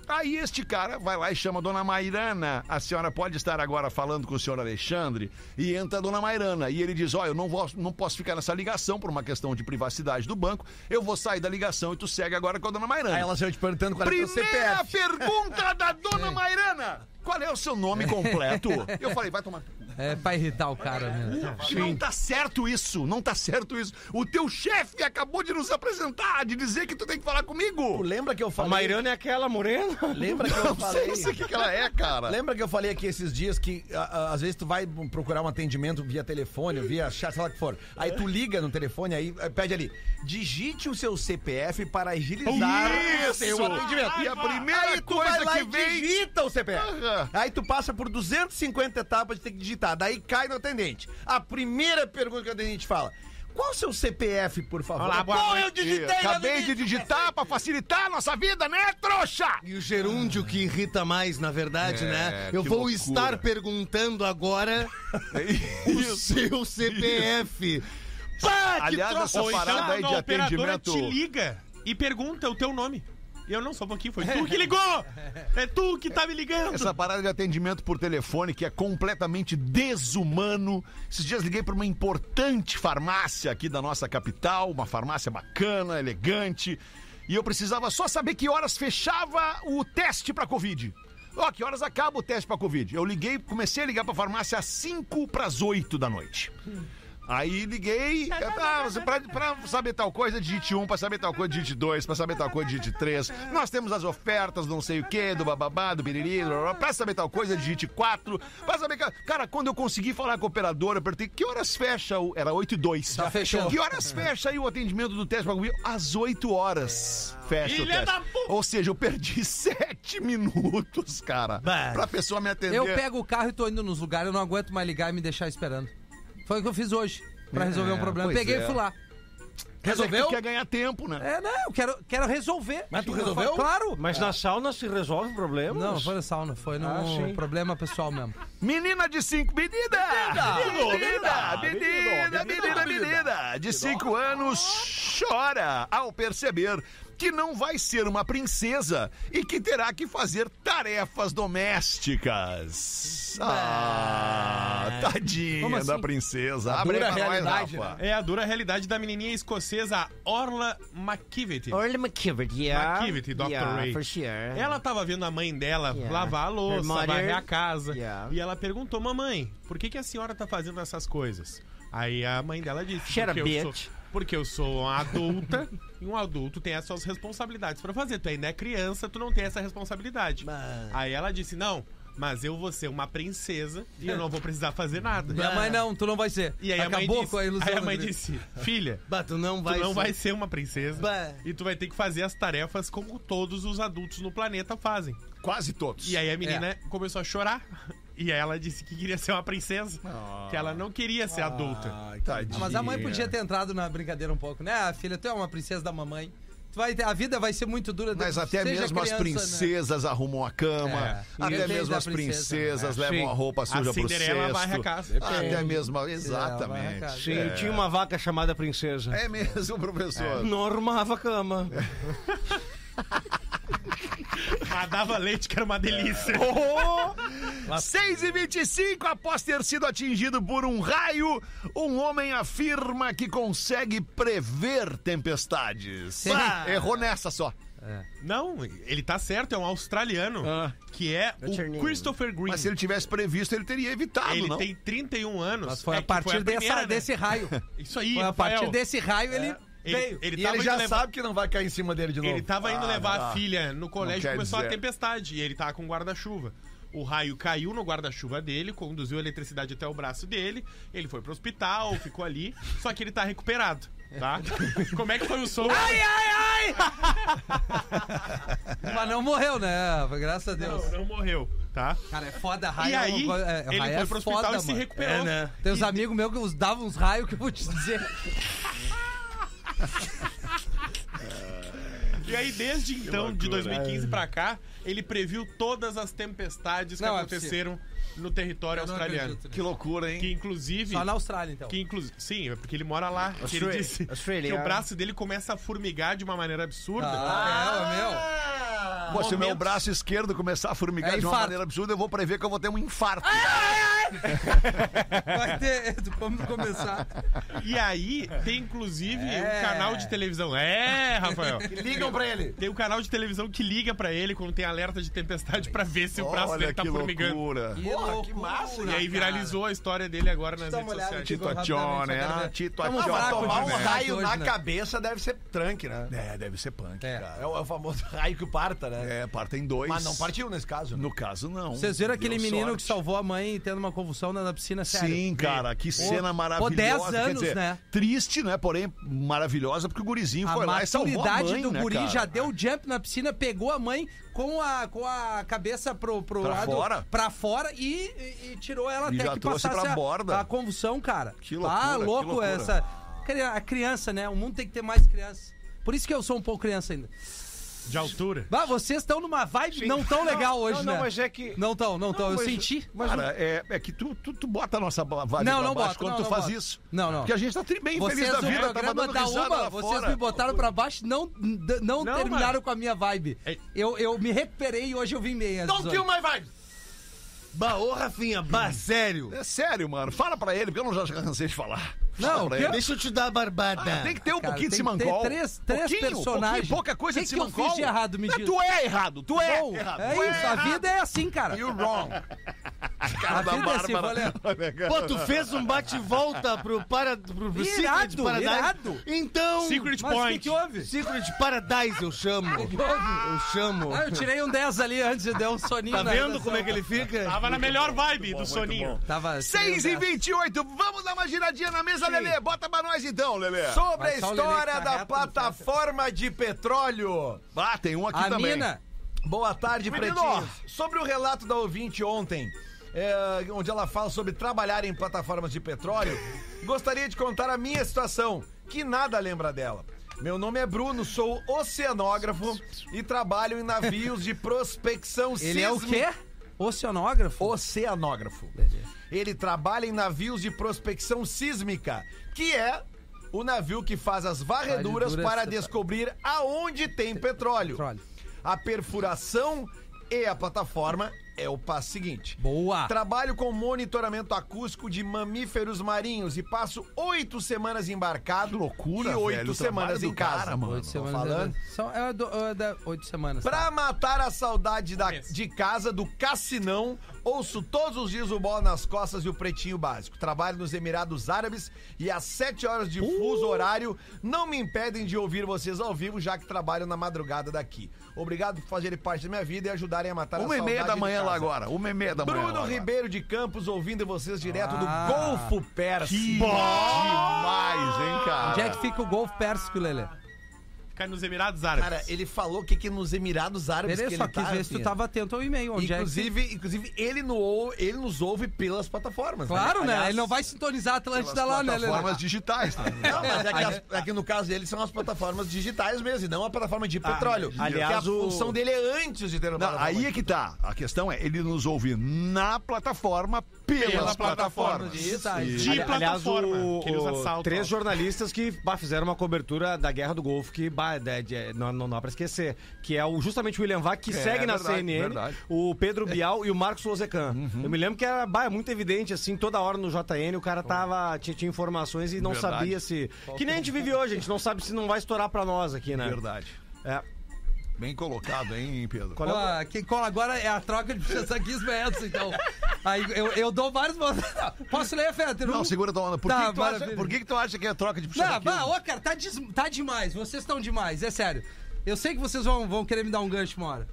S4: Aí este cara vai lá e chama a dona Mairana. A senhora pode estar agora falando com o senhor Alexandre. E entra a dona Mairana. E ele diz: Ó, eu não, vou- não posso ficar nessa ligação por uma questão de privacidade do banco. Eu vou sair da ligação e tu segue agora com a dona Mairana.
S6: Aí ela saiu te perguntando qual é o teu
S4: Primeira
S6: CPF.
S4: pergunta da
S6: [LAUGHS] É.
S4: dona Mairana: Qual é o seu nome completo? Eu falei: Vai tomar.
S5: É pra irritar o cara, né?
S4: Não tá certo isso, não tá certo isso. O teu chefe acabou de nos apresentar, de dizer que tu tem que falar
S6: Tu
S4: comigo.
S6: Lembra que eu falei...
S8: é aquela morena?
S6: Lembra que eu falei...
S4: Não sei o que que ela é, cara.
S6: Lembra que eu falei aqui esses dias que a- a- às vezes tu vai procurar um atendimento via telefone, via chat, sei lá o que for. Aí tu liga no telefone, aí eh, pede ali, digite o seu CPF para agilizar o
S4: Isso!
S6: seu atendimento.
S4: E a primeira
S6: aí tu
S4: coisa
S6: vai lá
S4: que
S6: e
S4: vem-
S6: digita o CPF.
S4: Aham.
S6: Aí tu passa por 250 etapas de ter que digitar. Daí cai no atendente. A primeira pergunta que o atendente fala, qual o seu CPF, por favor?
S7: Olá, boa
S6: Pô,
S7: noite.
S6: eu digitei. eu
S4: Acabei de
S6: digitei.
S4: digitar pra facilitar a nossa vida, né, trouxa?
S8: E o gerúndio que irrita mais, na verdade,
S4: É,
S8: né? Eu
S4: que
S8: vou
S4: loucura.
S8: estar perguntando agora
S6: É
S8: o seu CPF. Pá, que
S4: Aliás,
S8: troço
S4: essa
S7: Ou
S4: parada
S7: então
S4: aí
S7: quando
S4: de
S7: a operadora
S4: atendimento-
S7: te liga e pergunta o teu nome. Eu não sou um pouquinho,
S4: [LAUGHS]
S7: foi tu que ligou! É tu que tá me ligando!
S4: Essa parada de atendimento por telefone que é completamente desumano. Esses dias liguei pra uma importante farmácia aqui da nossa capital, uma farmácia bacana, elegante, e eu precisava só saber que horas fechava o teste pra Covid. Ó, que horas acaba o teste pra Covid? Eu liguei, comecei a ligar pra farmácia às 5 pras 8 da noite. Aí liguei,
S7: Tá,
S4: ah, você- pra, pra saber tal coisa, digite um, pra saber tal coisa, digite dois, pra saber tal coisa, digite três. Nós temos as ofertas, não sei o que, do bababá, do biriri, blá, blá, blá. pra saber tal coisa, digite quatro. Pra saber. ca- Cara, quando eu consegui falar com a operadora, eu perguntei que horas fecha o. Era 8 e 2.
S6: Já fechou.
S4: Que horas fecha aí o atendimento do teste para comigo? Às 8 horas fecha o teste.
S7: Filha da puta!
S4: Ou seja, eu perdi [LAUGHS] 7 minutos, cara, pra pessoa me atender.
S5: Eu pego o carro e tô indo nos lugares, eu não aguento mais ligar e me deixar esperando. Foi o que eu fiz hoje, pra resolver um problema.
S4: pois
S5: Peguei
S4: é.
S5: e fui lá.
S4: Resolveu? É que tu quer ganhar tempo, né?
S5: É, não, eu quero, quero resolver.
S6: Mas tu resolveu?
S5: Claro.
S9: Mas na sauna se resolve o problema?
S5: Não, foi na sauna, foi num
S9: sim.
S5: problema pessoal mesmo.
S4: Menina de 5, menina! Menina! Menina, menina, menina, menina! De 5 anos chora ao perceber que não vai ser uma princesa e que terá que fazer tarefas domésticas. Ah, tadinha da princesa. Abre
S6: dura
S4: aí pra nós,
S6: realidade, né?
S4: Rafa.
S7: É a dura realidade da menininha escocesa Orla McKivitt.
S9: Orly McKivitt, yeah.
S7: McKivitt, Dr.
S9: Yeah,
S7: Ray.
S9: for sure.
S7: Ela tava vendo a mãe dela
S9: Yeah.
S7: lavar a louça,
S9: Her mother-
S7: varrer a casa.
S9: Yeah.
S7: E ela perguntou, mamãe, por que, que a senhora tá fazendo essas coisas? Aí a mãe dela disse,
S9: Shut up,
S7: porque, eu
S9: bitch."
S7: sou, porque eu sou uma adulta [LAUGHS] e um adulto tem as suas responsabilidades pra fazer. Tu ainda é criança, tu não tem essa responsabilidade. Aí ela disse, não, mas eu vou ser uma princesa e eu não vou precisar fazer nada.
S5: Minha mãe, não, tu não vai ser.
S7: E aí a mãe,
S5: Acabou
S7: disse,
S5: com a ilusão.
S7: aí a
S5: da
S7: mãe
S5: vida.
S7: disse, filha,
S8: Bah, tu não
S7: tu
S8: vai
S7: não vai ser uma princesa
S8: Bah.
S7: e tu vai ter que fazer as tarefas como todos os adultos no planeta fazem.
S4: Quase todos.
S7: E aí a menina
S5: É.
S7: começou a chorar. [LAUGHS] E aí ela disse que queria ser uma princesa, que ela não queria ser adulta.
S5: Ah, Mas a mãe podia ter entrado na brincadeira um pouco, né? Ah, filha, tu é uma princesa da mamãe. Tu vai, ter- a vida vai ser muito dura.
S4: Mas até
S5: seja
S4: mesmo as
S5: criança, né?
S4: princesas arrumam a cama,
S5: É.
S4: até
S5: Ninguém
S4: mesmo
S5: da
S4: as
S5: princesa,
S4: princesas levam a roupa suja
S5: é
S7: a
S4: pro
S7: Cinderela varre a
S4: cesto.
S7: casa.
S4: Até mesmo,
S5: varre a casa.
S4: exatamente.
S9: Sim,
S8: É.
S9: tinha uma vaca chamada princesa.
S4: É mesmo, professor.
S9: Não arrumava cama.
S7: [LAUGHS] Ela dava leite, que era uma
S5: É.
S7: delícia.
S4: Oh! 6 e 25 após ter sido atingido por um raio, um homem afirma que consegue prever tempestades. Bah, errou nessa só.
S7: Não, ele tá certo, é um australiano,
S5: Ah.
S7: que é o Christopher Green.
S4: Mas se ele tivesse previsto, ele teria evitado,
S7: Ele
S4: não?
S7: tem 31 anos.
S5: Mas foi
S7: É
S5: a
S7: que
S5: partir dessa-
S7: primeira, né?
S5: desse
S7: [LAUGHS]
S5: raio.
S7: Isso aí,
S5: Foi a
S7: Rafael.
S5: partir desse raio ele
S7: Ele,
S5: veio.
S7: ele
S6: E
S7: tava
S6: ele
S7: indo
S6: já
S7: levar-
S6: sabe que não vai cair em cima dele de novo.
S7: Ele tava
S5: ah,
S7: indo levar a filha no colégio
S4: quer
S7: e começou a
S4: dizer.
S7: tempestade. E ele tava com guarda-chuva. O raio caiu no guarda-chuva dele, conduziu a eletricidade até o braço dele. Ele foi pro hospital, ficou ali. Só que ele tá recuperado, tá?
S5: [LAUGHS]
S7: Como é que foi o som?
S5: Ai, ai, [LAUGHS] ai! Mas não morreu, né? Foi Graças a Deus.
S7: Não, não morreu, tá?
S5: Cara, é foda raio.
S7: E
S5: é
S7: aí,
S5: uma coisa- é, raio
S7: ele
S5: é
S7: foi pro hospital
S5: foda,
S7: e se
S5: mano.
S7: recuperou.
S5: Tem uns amigos meus que uns davam uns raios que eu vou te dizer.
S7: E aí, desde então, de 2015 pra cá, ele previu todas as tempestades que
S5: Não, é
S7: aconteceram no território
S5: Eu não
S7: australiano.
S5: acredito, né?
S4: Que loucura, hein?
S7: Que inclusive.
S5: Só na Austrália, então.
S7: Que inclusive. Sim, é porque ele mora lá. Que ele
S9: Australia-
S7: disse
S9: Australia.
S7: que o braço dele começa a formigar de uma maneira absurda.
S5: Ah,
S4: Pô, se o meu
S7: momentos.
S4: braço esquerdo começar a formigar
S5: É
S4: de uma
S5: infarto.
S4: maneira absurda, eu vou prever que eu vou ter um infarto.
S5: é, meu. Vai ter. Vamos começar.
S7: E aí, tem inclusive
S5: É.
S7: um canal de televisão. É, Rafael.
S6: Ligam pra ele.
S7: Tem um canal de televisão que liga pra ele quando tem alerta de tempestade pra ver se o braço
S4: Olha
S7: dele tá
S4: que
S7: formigando.
S4: loucura.
S5: Porra, que massa,
S7: E aí viralizou a história dele agora
S5: Tá
S7: nas redes sociais.
S4: Tito Atione, né? Tito
S5: Tamo
S4: Atione.
S5: fraco
S6: Tomar
S5: de
S6: um
S5: verdade
S6: raio
S5: hoje,
S6: na
S5: né?
S6: cabeça deve ser tranque, né?
S4: É, deve ser punk,
S5: É.
S4: cara.
S6: É o, é o famoso [LAUGHS] raio que parta, né?
S4: É, partem dois.
S6: Mas não partiu nesse caso. né?
S4: No caso, não.
S5: Vocês viram aquele
S4: Deu
S5: menino
S4: sorte.
S5: que salvou a mãe tendo uma convulsão na, na piscina, sério?
S4: Sim, cara, que cena maravilhosa.
S5: 10
S4: quer
S5: anos,
S4: dizer,
S5: né?
S4: Triste, né? Porém, maravilhosa, porque o gurizinho
S5: A
S4: foi lá e salvou a
S5: maturidade
S4: mãe,
S5: do
S4: né,
S5: guri
S4: cara?
S5: já deu o jump na piscina, pegou a mãe com a, com a cabeça pro, pro
S4: Pra
S5: lado
S4: fora?
S5: pra fora e, e- e tirou ela
S4: E
S5: até
S4: já
S5: que
S4: trouxe
S5: passasse
S4: pra
S5: a,
S4: borda.
S5: a convulsão, cara.
S4: Que loucura,
S5: Ah,
S4: que
S5: louco
S4: loucura.
S5: essa. Cri- A criança, né? O mundo tem que ter mais criança. Por isso que eu sou um pouco criança ainda.
S7: De altura.
S5: Bah, vocês estão numa vibe não tão legal hoje,
S9: não,
S5: né?
S9: Não, mas é que...
S5: Não tão, não tão.
S9: Não,
S5: eu
S9: mas-
S5: senti.
S4: Cara, é, é que tu, tu, tu bota a nossa ba- vibe
S5: Não,
S4: pra
S5: não
S4: baixo
S5: boto,
S4: quando
S5: não,
S4: tu
S5: não
S4: faz
S5: boto.
S4: isso.
S5: Não, não.
S4: Porque a gente tá tri- bem
S5: Vocês,
S4: feliz da
S5: o
S4: vida, tava
S5: programa
S4: dando
S5: da
S4: risada
S5: UBA,
S4: lá
S5: vocês
S4: fora.
S5: me botaram pra baixo, não, d- não,
S7: Não,
S5: terminaram com a minha vibe.
S7: É-
S5: Eu, eu me recuperei e hoje eu vim bem. às
S4: Então,
S5: 18.
S6: my vibe!
S8: Bah, ô, Rafinha, bah,
S6: Hum.
S8: sério.
S4: É sério, mano. Fala pra ele, porque eu não já cansei de falar. Fala
S5: Não,
S4: pra
S5: que-
S4: ele.
S8: Deixa eu te dar a barbada.
S6: Ah,
S4: Tem que ter um
S5: Cara,
S4: pouquinho de
S5: tem que ter
S4: Simancol.
S5: três- três
S4: Pouquinho,
S5: personagens.
S4: pouquinho, pouca coisa
S5: Que
S4: de
S5: que eu
S4: Simancol.
S5: fiz de errado, me
S4: Não,
S5: diz.
S4: Tu é errado, tu é
S5: Bom,
S4: errado.
S5: é
S4: tu
S5: isso, a
S4: errado.
S8: [LAUGHS]
S5: vida é assim, cara.
S4: You're wrong. cara
S5: A
S4: da
S5: vida é assim, se
S4: [LAUGHS] Bárbara.
S8: assim,
S4: né?
S8: Pô, tu fez um bate-volta pro, para, pro, pro Secret
S5: Irado,
S8: Paradise.
S5: irado.
S8: Então,
S7: Secret
S5: Mas o que,
S7: Point.
S5: que houve?
S8: Secret Paradise eu chamo. Eu chamo.
S5: Ah, eu tirei um 10 ali antes de dar um soninho
S8: Tá
S5: na
S8: vendo
S5: redação.
S8: como é que ele fica?
S7: Tava na melhor vibe do soninho.
S5: Tava
S4: 6
S5: tirei
S4: e
S5: um 10.
S4: 28 vamos dar uma giradinha na mesa, Lelê. Bota pra nós então, Lelê.
S6: Sobre a
S5: Mas Ah, só o Lelê que
S6: história da
S5: tá reto no chat.
S6: plataforma de petróleo.
S4: Ah, tem um aqui
S5: A
S4: também.
S5: mina.
S6: Boa tarde,
S4: Menino!
S6: Pretinhos. Sobre o relato da ouvinte ontem, é, onde ela fala sobre trabalhar em plataformas de
S5: [LAUGHS]
S6: petróleo, gostaria de contar a minha situação, que nada lembra dela. Meu nome é Bruno, sou oceanógrafo e trabalho em navios de prospecção
S5: Ele é o quê?
S6: sísmica.
S5: Oceanógrafo?
S6: Oceanógrafo. Ele trabalha em navios de prospecção sísmica, que é o navio que faz as varreduras
S5: Varreduras
S6: para
S5: separa-
S6: descobrir aonde tem petróleo.
S5: petróleo.
S6: A perfuração e a plataforma é o passo seguinte.
S5: Boa.
S6: Trabalho com monitoramento acústico de mamíferos marinhos e passo oito semanas embarcado
S4: loucura,
S6: e oito
S4: velho, o trabalho
S6: semanas
S4: do
S6: em casa.
S4: cara, mano.
S5: Oito
S6: Tô
S5: semanas.
S6: falando.
S5: é- São, é, do, é da, oito semanas.
S6: Pra matar a saudade da,
S7: Começo.
S6: de casa, do cassinão, ouço todos os dias o bola nas costas e o pretinho básico. Trabalho nos Emirados Árabes e às 7 horas de
S4: Uh!
S6: fuso horário não me impedem de ouvir vocês ao vivo, já que trabalho na madrugada daqui. Obrigado por fazerem parte da minha vida e ajudarem a matar a
S4: Uma
S6: tá
S4: e
S6: saudade
S4: meia da
S6: de
S4: manhã lá
S6: casa.
S4: agora. Uma e meia da manhã. lá
S6: Bruno
S4: agora.
S6: Ribeiro de Campos ouvindo vocês direto
S5: Ah.
S6: do Golfo Persa.
S4: Que demais, hein, cara?
S5: Onde é que fica o Golfo Pérsico, Lelê?
S7: Ficar nos Emirados Árabes.
S6: Cara, ele falou que, que nos Emirados Árabes
S5: Lelê,
S6: que
S5: só
S6: ele
S5: quis
S6: tá,
S5: ver se tu
S6: Rafinha.
S5: tava atento ao e-mail. Onde é que...
S6: inclusive, inclusive ele, no, ou- ele nos ouve pelas plataformas.
S5: Claro, né?
S6: Aliás,
S5: Ele não vai sintonizar a Atlântida lá, né, Lelê?
S4: Plataformas digitais, né?
S6: Não, mas é que, as- é que no caso dele são as plataformas digitais mesmo, e não a plataforma de petróleo.
S9: aliás,
S6: Porque a
S9: o-
S6: função dele é antes de ter uma
S4: Não,
S6: plataforma.
S4: aí é que tá. A questão é, ele nos ouve na plataforma, pelas
S7: Pela plataforma,
S4: plataformas.
S5: digitais.
S4: Isso.
S7: De
S9: Ali- aliás,
S7: plataforma,
S9: o,
S7: que ele usa
S9: o-
S7: salto,
S9: três
S7: ó.
S9: jornalistas que bah, fizeram uma cobertura da Guerra do Golfo que bah, de- de- não, não dá pra esquecer, que é o, justamente o William Vac, que segue na
S4: verdade,
S9: CNN,
S4: verdade.
S9: o Pedro Bial e o Marcos Lozecan. Eu me lembro que era bah, é muito evidente, assim, toda hora no JN o cara tava, tinha, tinha informações e não
S4: Verdade.
S9: sabia se... Que nem a gente vive hoje, a gente não sabe se não vai estourar pra nós aqui, né?
S4: Verdade.
S9: É.
S4: Bem colocado, hein, Pedro?
S9: Qual é o-
S5: Ó, quem cola agora é a troca de pensaquismo é essa, então. Aí eu, eu dou vários. [LAUGHS] Posso ler, Fetter?
S4: Não, segura um tua onda. Por,
S5: Tá,
S4: que, que tu acha,
S5: maravilha.
S4: por que, que tu acha que é troca de
S5: Não,
S4: puxadinho?
S5: vá, ô, cara, tá, des- tá demais. Vocês estão demais, é sério. Eu sei que vocês vão, vão querer me dar um gancho uma hora.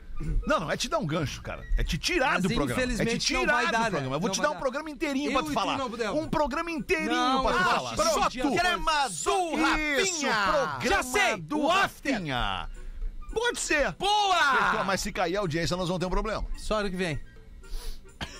S4: Não, não é te dar um gancho, cara. É te tirar
S5: Mas
S4: do programa. é te
S5: infelizmente
S4: tirar
S5: não vai
S4: do
S5: dar, né?
S4: programa. Eu vou
S5: Não
S4: te
S5: vai
S4: dar um
S5: dar.
S4: programa inteirinho
S5: Eu
S4: pra tu
S5: e tu
S4: falar.
S5: não podemos.
S4: um programa inteirinho
S5: Não,
S4: pra tu
S5: acho
S4: falar.
S5: que
S4: Só
S5: um
S4: tu.
S5: dia
S6: Programa do
S4: Isso,
S6: Rafinha!
S4: programa
S5: Já sei,
S4: do
S5: o after.
S4: Rafinha. Pode
S6: é?
S4: ser.
S6: Boa!
S4: Mas se cair a audiência, nós vamos ter um problema.
S5: Só ano que vem.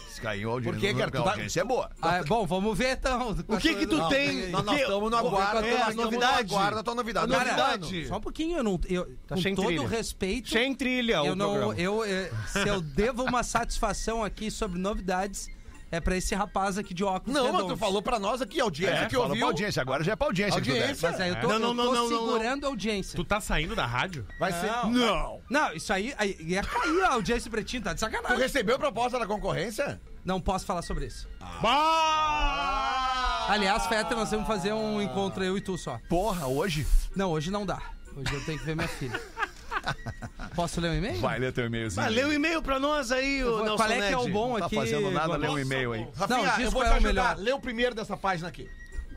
S4: Se cair a audiência,
S6: Por que,
S4: nós vamos
S6: cara? Tu
S4: ter uma
S6: tá-
S4: audiência é boa.
S5: Ah, é, bom, vamos ver então.
S9: O que que tu
S5: Não,
S9: tem?
S6: Nós nós
S9: que-
S6: estamos no aguardo,
S5: É,
S6: nós estamos
S9: novidade.
S6: no aguardo da tua novidade.
S5: Cara,
S9: Novidade.
S5: Só um pouquinho, eu não. Eu, com
S9: sem
S5: todo
S9: trilha.
S5: respeito.
S9: Sem trilha
S5: eu
S9: o
S5: não.
S9: programa.
S5: Eu, eh, se eu devo uma satisfação aqui sobre novidades, é pra esse rapaz aqui de óculos.
S6: Não, mas
S5: redondos.
S6: tu falou pra nós aqui, audiência
S4: É,
S6: que
S4: fala pra
S6: ouviu.
S4: audiência, agora já é pra audiência. que tu
S6: Audiência.
S4: deve.
S5: Tipo, Mas aí eu tô,
S9: Não, não,
S5: eu
S9: não,
S5: tô
S9: não, não,
S5: segurando a audiência.
S7: Tu tá saindo da rádio?
S6: Vai ser.
S5: Não.
S6: Não.
S5: Não, isso aí, aí ia cair a audiência do pretinho, tá de
S6: Tu
S5: sacanagem.
S6: recebeu proposta da concorrência?
S5: Não posso falar sobre isso. Ah!
S7: Bah!
S5: Aliás, Feta, nós vamos fazer um encontro eu e tu só.
S4: Porra, hoje?
S5: Não, hoje não dá. Hoje eu tenho que ver minha filha. Posso ler um e-mail?
S4: Vai ler teu e-mailzinho.
S8: Ah, lê o e-mail pra nós aí,
S5: Eu
S8: ô
S5: vou-
S8: Nelson
S5: Qual é que é o
S8: Ned.
S5: bom
S4: Não tá
S5: aqui?
S4: fazendo nada, lê
S5: Gomes?
S4: um e-mail aí.
S5: Não, diz
S6: eu vou
S5: qual
S6: te
S5: é o
S6: ajudar.
S5: melhor.
S6: Lê o primeiro dessa página aqui.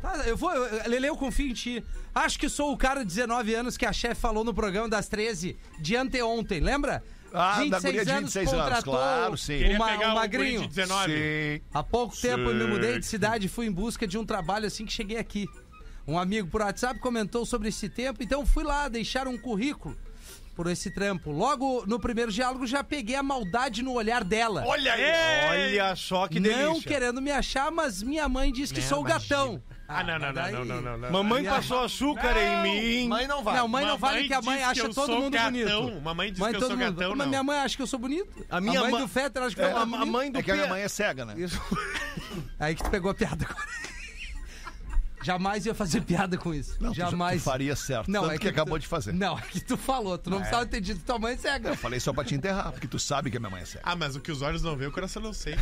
S5: Tá, eu vou. eu- eu- Lele, eu confio em ti. Acho que sou o cara de 19 anos que a chefe falou no programa das 13 de anteontem, lembra?
S4: Ah, da guria de 26 anos,
S5: contratou
S4: claro, sim.
S7: Queria
S5: Uma,
S7: pegar
S5: um
S7: o
S5: magrinho.
S7: guri de 19.
S4: Sim.
S5: Há pouco tempo eu me
S7: Sei.
S5: mudei de cidade e fui em busca de um trabalho assim que cheguei aqui. Um amigo por WhatsApp comentou sobre esse tempo, então fui lá deixar um currículo por esse trampo. Logo no primeiro diálogo já peguei a maldade no olhar dela.
S7: Olha aí!
S9: Olha só que delícia.
S5: não querendo me achar, mas minha mãe diz que sou o gatão.
S7: Ah, não, não, não, não, não, não, não.
S9: Mamãe passou açúcar em mim.
S6: Mãe não vai.
S5: Não, mãe não
S7: Mamãe
S5: vale que a mãe
S7: diz que
S5: acha
S7: eu
S5: todo
S7: sou
S5: mundo
S7: gatão.
S5: bonito.
S7: Mamãe diz que eu sou gatão,
S5: Mas
S7: não.
S5: minha mãe acha que eu sou bonito.
S9: A minha
S5: mãe
S9: mãe-
S5: do Fetter acha que eu
S9: É,
S5: sou
S9: a, a
S5: bonito.
S9: mãe do
S4: É que a minha
S9: Pedro-
S4: mãe é cega, né?
S5: Aí que tu pegou a piada agora. [LAUGHS] Jamais ia fazer piada com isso.
S4: Não, tu já-
S5: Jamais. é
S4: tu faria certo, tanto que acabou de fazer.
S5: Não, é que tu falou. Tu não precisava ter dito que tua mãe é cega.
S4: Falei só pra te enterrar, porque tu sabe que a minha mãe é cega.
S7: Ah, mas o que os olhos não veem, o coração não sei.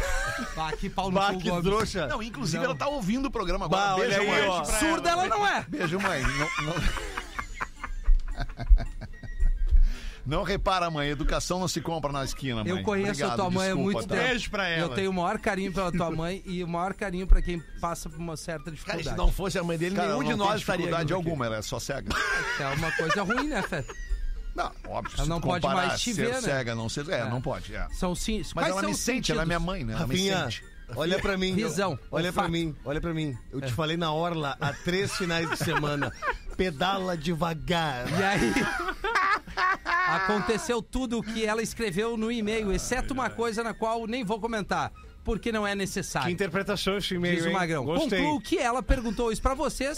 S5: Ah, que pau no
S9: Bah,
S5: cu,
S9: que
S5: Gomes.
S9: trouxa.
S4: Não, inclusive ela tá ouvindo o programa agora.
S9: Bah,
S4: Beijo,
S9: olha aí,
S4: mãe.
S9: ó.
S5: Surda ela não é.
S4: Beijo, mãe. Não, não... [LAUGHS] Não repara, mãe, educação não se compra na esquina, mãe.
S5: Eu conheço a
S4: Obrigado,
S5: tua mãe há
S4: desculpa,
S5: muito
S4: tá?
S5: tempo.
S7: Beijo pra ela.
S5: Eu tenho o maior carinho pela tua mãe e o maior carinho pra quem passa por uma certa
S6: Cara,
S5: dificuldade.
S6: se não fosse a mãe dele,
S4: Cara,
S6: nenhum
S4: ela
S6: de
S4: não tem
S6: nós estaria.
S4: dificuldade
S6: aqui.
S4: alguma, ela é só cega.
S5: É uma coisa ruim, né, Fé?
S4: Não, óbvio.
S5: Ela
S4: se
S5: não
S4: tu
S5: pode
S4: comparar
S5: mais te
S4: ser
S5: ver, né?
S4: cega, não ser... É, não pode, é.
S5: São sim.
S4: Mas
S5: quais
S4: ela
S5: são
S4: me
S5: os
S4: sente, ela é minha
S5: sentidos?
S4: mãe, né? Ela me
S8: Rafinha,
S4: sente.
S8: olha pra mim.
S5: Visão.
S8: Olha pra
S5: Olfato.
S8: mim, olha pra mim. Eu
S6: É.
S8: te falei na orla há três finais de semana. Pedala devagar.
S5: E aí. [LAUGHS] Aconteceu tudo o que ela escreveu no e-mail, exceto uma coisa na qual nem vou comentar, porque não é necessário.
S9: interpretação esse
S5: Diz
S9: e-mail,
S5: o Magrão.
S9: Gostei.
S5: Concluo que ela perguntou isso pra vocês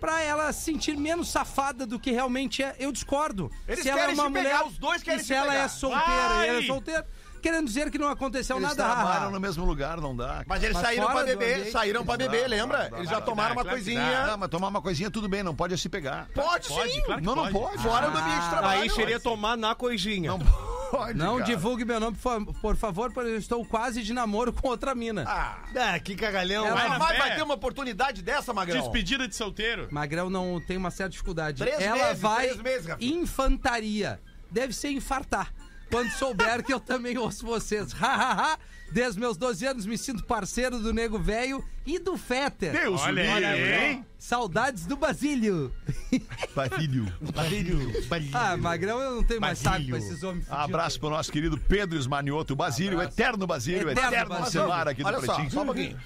S5: pra ela se sentir menos safada do que realmente é. Eu discordo.
S10: Eles
S5: se ela é
S10: querem
S5: uma
S10: se pegar,
S5: mulher
S10: os dois querem
S5: e se,
S10: se
S5: ela
S10: pegar.
S5: é solteira,
S7: Vai!
S5: e ela é solteira, querendo dizer que não aconteceu
S4: Eles
S5: nada.
S4: trabalham
S5: Ah,
S4: no mesmo lugar, não dá.
S6: Mas eles
S5: Mas
S6: saíram
S5: fora
S6: pra
S5: do
S6: beber,
S5: ambiente,
S6: saíram pra beber, lembra? Eles já tomaram uma
S7: claro que dá.
S6: coisinha.
S4: Ah, mas tomar uma coisinha tudo bem, não pode se pegar.
S6: Pode
S7: Pode,
S6: sim.
S7: claro que
S4: não, não
S7: pode.
S4: pode.
S6: Fora do ambiente de trabalho.
S9: Aí seria tomar na coisinha.
S4: Não pode.
S5: Não
S4: cara.
S5: divulgue meu nome, por, por favor, porque eu estou quase de namoro com outra mina.
S8: Ah, que cagalhão.
S5: Ela-
S7: vai
S6: Mas
S7: na
S6: vai,
S7: fé.
S6: vai ter uma oportunidade dessa, Magrão?
S7: Despedida de solteiro.
S5: Magrão não tem uma certa dificuldade.
S6: Três
S5: ela
S6: meses,
S5: vai
S6: três meses, Rafinha.
S5: infantaria. Deve ser infartar. Quando souber que eu também ouço vocês. Ha, ha, ha. Desde meus 12 anos me sinto parceiro do Nego Velho e do Fetter.
S4: Deus
S7: Olha aí,
S4: livre,
S7: hein?
S5: Saudades do Basílio.
S4: Filho.
S5: Ah, Magrão, eu não tenho mais saco
S7: Basílio.
S5: pra esses
S6: Um
S5: homens fudidos.
S4: Abraço pro nosso querido Pedro Esmanioto, Basílio, eterno Basílio,
S5: Eterno
S4: eterno, eterno
S5: Basílio.
S4: celular aqui do
S6: Olha só,
S4: Pretinho.
S6: só um pouquinho.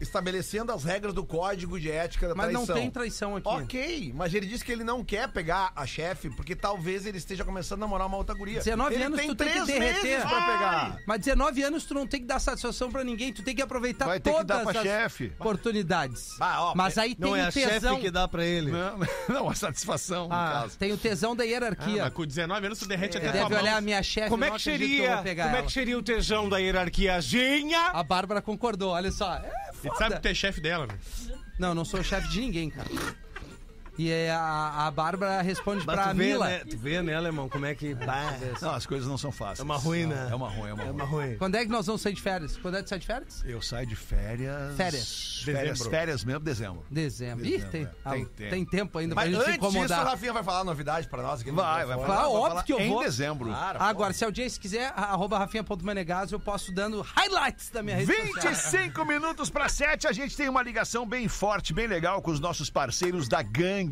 S6: Estabelecendo as regras do código de ética da
S5: Mas não
S6: traição.
S5: tem traição aqui.
S6: Ok, mas ele disse que ele não quer pegar a chefe porque talvez ele esteja começando a namorar uma outra guria.
S5: 19
S6: ele
S5: anos
S6: tem
S5: tu tem que
S6: três
S5: derreter.
S6: meses pra
S5: Ai.
S6: pegar.
S5: Mas 19 anos tu não tem que dar satisfação pra ninguém, tu tem que aproveitar
S4: Vai ter que dar
S5: todas
S4: pra
S5: as
S4: chefe.
S5: oportunidades.
S6: Bah, ó,
S5: Mas aí
S8: Não
S5: tem
S8: é
S5: o
S8: a
S5: tesão.
S8: chefe que dá pra ele.
S4: Não, [LAUGHS] não, a satisfação, no caso.
S5: Tem o tesão da
S7: Ah,
S5: hierarquia.
S7: mas é com 19 anos tu derrete até tua
S5: Deve
S7: mão.
S5: olhar a minha chefe.
S9: Como é
S5: não
S9: que
S5: acredito eu
S9: seria?
S5: vou pegar
S9: Como é
S5: ela. Ah,
S9: que seria o tesão da hierarquiazinha?
S5: A Bárbara concordou, olha só. É
S7: E tu sabe
S5: foda.
S7: que tu é chefe dela, né?
S5: Não, não sou chefe de ninguém, cara. E é, a, a Bárbara responde
S8: Mas
S5: pra
S8: tu vê,
S5: Mila.
S8: né? Tu vê, né, alemão? Como é que. Bah,
S4: Não, as coisas não são fáceis.
S8: É uma ruína.
S4: É uma ruim, é uma
S8: é
S4: ruim.
S8: uma ruim.
S5: Quando é que nós vamos sair de férias? Quando é que sai de férias?
S4: Eu saio de férias.
S5: Férias.
S4: Férias,
S7: Dezembro.
S4: férias mesmo, dezembro.
S5: Dezembro. Ih,
S4: Dezembro,
S5: tem,
S4: é.
S5: ah,
S4: Tem
S5: tem,
S4: tempo.
S5: tempo ainda pra
S6: Mas
S5: gente se
S6: antes disso, o
S5: incomodar.
S6: Rafinha vai falar a novidade pra nós aqui no
S4: Vai, vai
S6: microfone.
S4: falar.
S5: Claro,
S4: vai
S5: óbvio
S4: falar
S5: que Ah, eu
S4: em
S5: vou.
S4: dezembro.
S6: Claro.
S5: Agora, se a audiência quiser, a- arroba rafinha.menegas, eu posso dando highlights da minha rede social.
S4: 25 minutos para 7, a gente tem uma ligação bem forte, bem legal com os nossos parceiros da Gangue,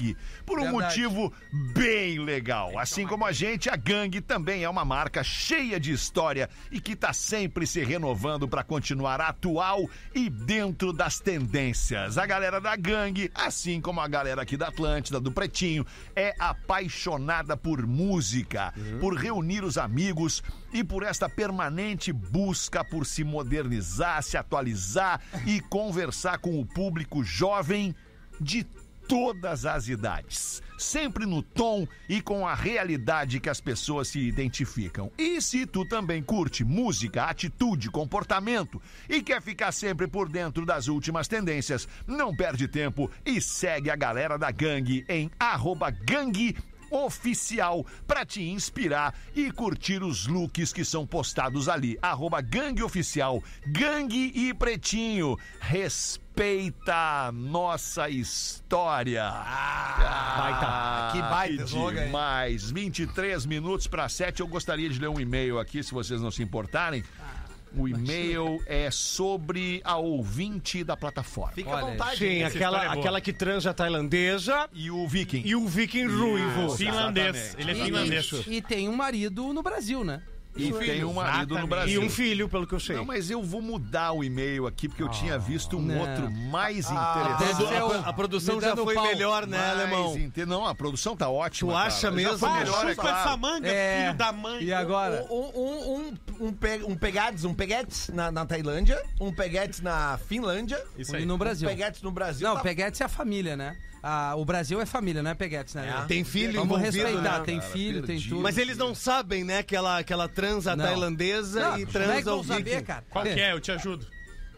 S4: por um
S5: Verdade.
S4: motivo bem legal. Assim como a gente, a Gangue também é uma marca cheia de história e que está sempre se renovando para continuar atual e dentro das tendências. A galera da Gangue, assim como a galera aqui da Atlântida, do Pretinho, é apaixonada por música, por reunir os amigos e por esta permanente busca por se modernizar, se atualizar e conversar com o público jovem de todas as idades, sempre no tom e com a realidade que as pessoas se identificam. E se tu também curte música, atitude, comportamento e quer ficar sempre por dentro das últimas tendências, não perde tempo e segue a galera da Gangue em arroba gangue oficial para te inspirar e curtir os looks que são postados ali. Arroba Gangue Oficial, Gangue e Pretinho. Respeita a nossa história. Ah,
S6: baita. Que baita slogan, hein?
S4: demais. 23 minutos para 7. Eu gostaria de ler um e-mail aqui, se vocês não se importarem. O e-mail é sobre a ouvinte da plataforma.
S6: Fica
S5: Olha,
S6: à vontade.
S9: Sim,
S7: Essa história é
S9: aquela,
S7: boa.
S9: aquela que transa tailandesa
S4: E o Viking.
S9: e o viking ruivo.
S7: Finlandês.
S4: exatamente.
S7: Ele é finlandês.
S5: E- E, e tem um marido no Brasil, né?
S4: E tem um marido no
S7: Exatamente.
S9: E
S4: Brasil.
S9: um filho, pelo que eu sei.
S4: Não, mas eu vou mudar o e-mail aqui, porque eu tinha visto um
S5: não.
S4: outro mais
S5: Deve
S4: interessante.
S5: ser o-
S8: A produção
S5: me
S8: já
S5: dando
S8: foi
S5: pau.
S8: melhor, né,
S4: Mais
S8: alemão?
S4: inte- Não, a produção tá ótima.
S8: Tu
S4: cara.
S8: acha
S4: Já
S8: mesmo?
S4: foi
S8: Ah,
S4: melhor, é
S7: Chupa essa
S4: claro.
S7: manga,
S5: É.
S7: filho da mãe.
S5: E agora?
S6: Um, um, um, um, pe- um pegates, um peguetes na, na Tailândia, um peguetes na Finlândia,
S7: Isso
S5: E
S7: aí.
S5: no
S6: um
S5: Brasil.
S6: peguetes no Brasil.
S5: Não,
S6: tá-
S5: Peguetes é a família, né? Ah, o Brasil é família, não é Peguetes, né?
S8: Tem filho
S5: Vamos
S8: envolvido,
S5: respeitar,
S8: né?
S5: tem filho, tem tudo.
S8: Mas eles não sabem, né, que ela, que ela transa
S5: Não.
S8: tailandesa
S5: Não,
S8: e
S5: como é que
S8: transa o
S5: vão saber,
S8: viking.
S5: cara?
S7: Qual que é? Eu te ajudo.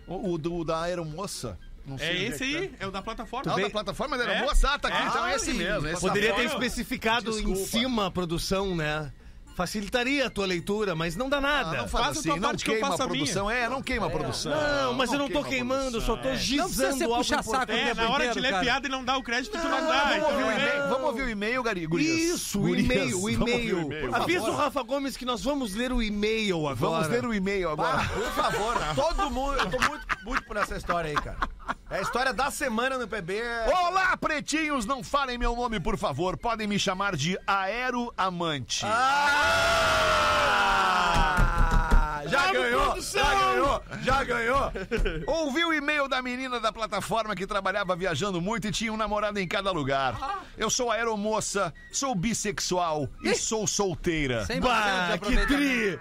S4: O, o do- da aeromoça. Não sei
S7: É
S4: onde
S7: esse
S4: que
S7: aí, é o da plataforma.
S4: Tá. Ah, o
S7: É
S4: da
S7: o da
S4: plataforma da aeromoça? Ah, tá aqui,
S7: É.
S4: então é esse mesmo. esse
S8: Poderia
S4: tá
S8: ter
S4: fora.
S8: especificado em
S4: Desculpa.
S8: cima a produção, né? Facilitaria a tua leitura, mas não dá nada.
S4: Não faz
S7: Faz a
S4: assim,
S7: tua
S4: não
S7: parte que eu
S4: queima a
S7: faço a minha.
S4: produção. É, não queima a produção.
S8: Não, mas eu não tô
S4: queima a
S8: queimando, só tô
S5: Não precisa
S8: gizando
S5: ser
S8: algo
S5: puxar saco.
S8: importante.
S5: o
S7: É,
S5: tempo
S7: na hora de
S5: inteiro,
S7: ler
S5: cara.
S7: piada e não dá o crédito, tu não
S4: Ah,
S7: dá.
S4: Vamos ouvir o
S7: então é-
S4: e-mail, vamos ouvir o e-mail, gari- gurias.
S8: Isso, o
S4: Gurias,
S8: e-mail, o
S4: vamos ouvir
S8: e-mail.
S4: e-mail.
S8: Avisa o Rafa Gomes que nós vamos ler o e-mail agora.
S4: Vamos ler o e-mail agora.
S6: Por favor, todo mundo. Eu tô muito, muito por essa história aí, cara. É a história da semana no é PB.
S4: Olá, pretinhos, não falem meu nome, por favor. Podem me chamar de Aero Amante.
S6: Ah! Já ganhou! Já ganhou! Já ganhou!
S4: Ouvi o e-mail da menina da plataforma que trabalhava viajando muito e tinha um namorado em cada lugar. Eu sou aeromoça, sou bissexual e sou solteira.
S5: 100% de
S8: Bah, que
S5: aproveitamento.
S8: tri!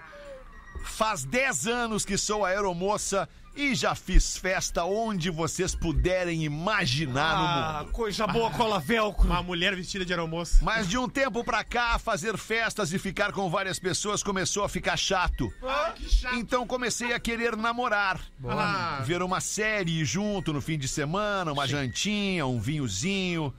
S4: Faz 10 anos que sou aeromoça e já fiz festa onde vocês puderem imaginar no
S8: Ah,
S4: mundo.
S8: coisa boa, cola velcro.
S7: Uma mulher vestida de aeromoça.
S4: Mas de um tempo pra cá, fazer festas e ficar com várias pessoas começou a ficar chato.
S7: Ah, que chato.
S4: Então comecei a querer namorar.
S7: Ah,
S4: Ver uma série junto no fim de semana, uma jantinha, um vinhozinho.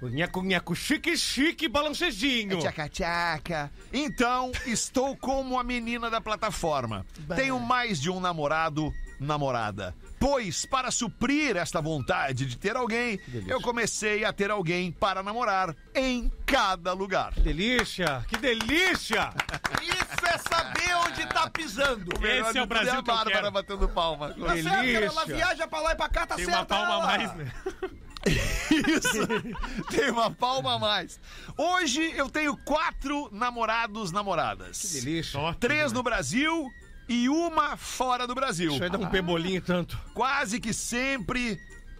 S8: O nheco, nheco, chique, chique, balancejinho.
S4: Tchaca, tchaca. Então, estou como a menina da plataforma. Tenho mais de um namorado, namorada. Pois, para suprir esta vontade de ter alguém, eu comecei a ter alguém para namorar em cada lugar.
S8: Delícia, que delícia!
S6: Isso é saber onde tá pisando.
S7: Esse é o Brasil que eu
S4: Bárbara
S7: quero.
S4: batendo palma.
S6: Tá certo, cara, ela
S8: delícia.
S6: viaja pra lá e pra cá, tá
S7: Tem
S6: certo.
S7: uma palma a
S6: ela.
S7: mais, né?
S4: Isso. [LAUGHS] Tem uma palma a mais. Hoje eu tenho quatro namorados, namoradas.
S8: Delícia.
S7: Ó,
S4: Três no Brasil e uma fora do Brasil.
S8: Vai dar um pebolinho tanto.
S4: Quase que sempre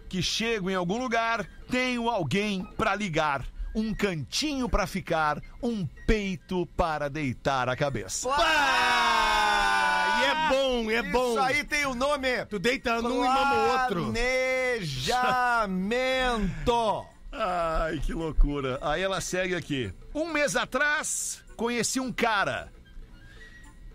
S4: que chego em algum lugar, tenho alguém pra ligar. Um cantinho pra ficar, um peito para deitar a cabeça.
S8: E é bom, é bom.
S6: Isso aí tem o nome.
S8: Tu deita num e mama o outro.
S6: Planejamento.
S4: Ai, que loucura. Aí ela segue aqui. Um mês atrás, conheci um cara.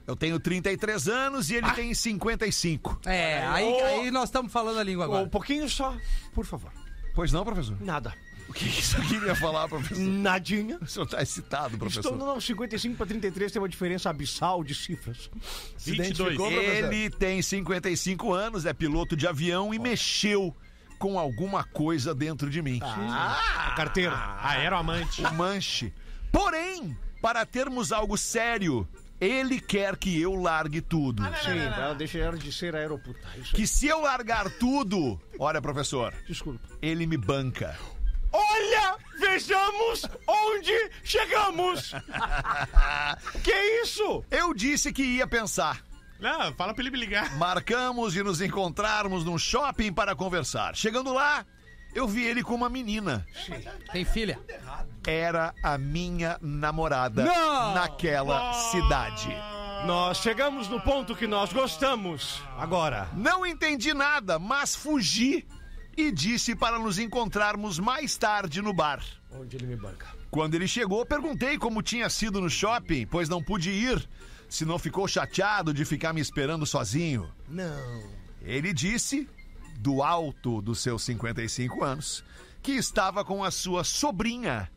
S4: Eu tenho 33 anos e ele tem 55.
S5: É, aí, aí nós estamos falando a língua agora.
S8: Um pouquinho só, por favor.
S4: Pois não, professor?
S8: Nada.
S4: O que que isso aqui ia falar, professor? [LAUGHS]
S8: Nadinha.
S4: O senhor tá excitado,
S8: Estou
S4: professor.
S8: no 55 para 33, tem uma diferença abissal de cifras.
S7: 22.
S6: identificou?
S4: Ele tem 55 anos, é piloto de avião e mexeu com alguma coisa dentro de mim.
S7: A carteira. Aeroamante.
S4: O manche. Porém, para termos algo sério, ele quer que eu largue tudo.
S8: Sim, ela deixa ela de ser aeroputa. Isso
S4: Que se eu largar tudo, olha, professor,
S8: Desculpa.
S4: ele me banca.
S8: Olha, vejamos onde chegamos. que isso?
S4: Eu disse que ia pensar.
S7: Não, fala pra ele me ligar.
S4: Marcamos de nos encontrarmos num shopping para conversar. Chegando lá, eu vi ele com uma menina.
S5: Tem filha?
S4: Era a minha namorada
S5: Não!
S4: naquela cidade.
S8: Nós chegamos no ponto que nós gostamos. Agora.
S4: Não entendi nada, mas fugi e disse para nos encontrarmos mais tarde no bar.
S8: Onde ele me banca.
S4: Quando ele chegou, perguntei como tinha sido no shopping, pois não pude ir, se não ficou chateado de ficar me esperando sozinho.
S8: Não.
S4: Ele disse, do alto dos seus 55 anos, que estava com a sua sobrinha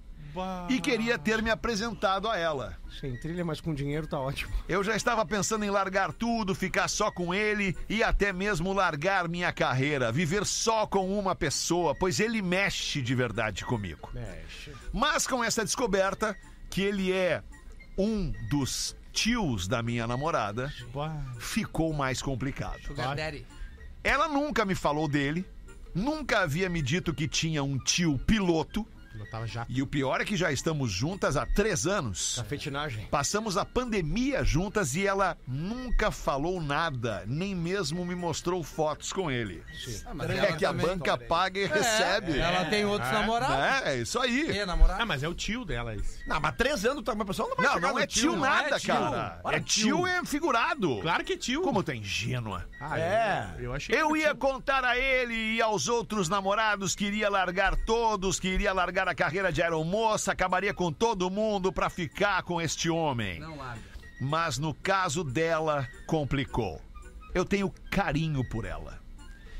S4: e queria ter me apresentado a ela.
S8: Sem trilha, mas com dinheiro tá ótimo.
S4: Eu já estava pensando em largar tudo, ficar só com ele e até mesmo largar minha carreira, viver só com uma pessoa, pois ele mexe de verdade comigo.
S8: Mexe.
S4: Mas com essa descoberta que ele é um dos tios da minha namorada, ficou mais complicado.
S5: Sugar Daddy.
S4: Ela nunca me falou dele, nunca havia me dito que tinha um tio piloto,
S7: Não tava já.
S4: e o pior é que já estamos juntas há três anos.
S8: Fetinagem.
S4: Passamos a pandemia juntas e ela nunca falou nada, nem mesmo me mostrou fotos com ele.
S5: Ah,
S4: é que a banca paga e recebe. É,
S5: Ela tem outros namorados.
S4: é isso aí.
S5: Tem namorado?
S7: Ah, mas é o tio dela esse.
S6: Não, mas três anos, tá, mas o pessoal não vai
S4: Não,
S6: chegar
S4: não
S6: no
S4: é tio
S6: né?
S4: nada,
S5: é tio.
S4: cara.
S6: Para,
S4: é tio é figurado.
S7: Claro que é tio.
S4: Como tá ingênua.
S7: Ah,
S6: É.
S7: Eu, eu achei que
S4: Eu
S7: era
S4: ia
S7: tio.
S4: contar a ele e aos outros namorados que iria largar todos, que iria largar a carreira de aeromoça, acabaria com todo mundo pra ficar com este homem.
S5: Não larga.
S4: mas no caso dela, complicou. Eu tenho carinho por ela.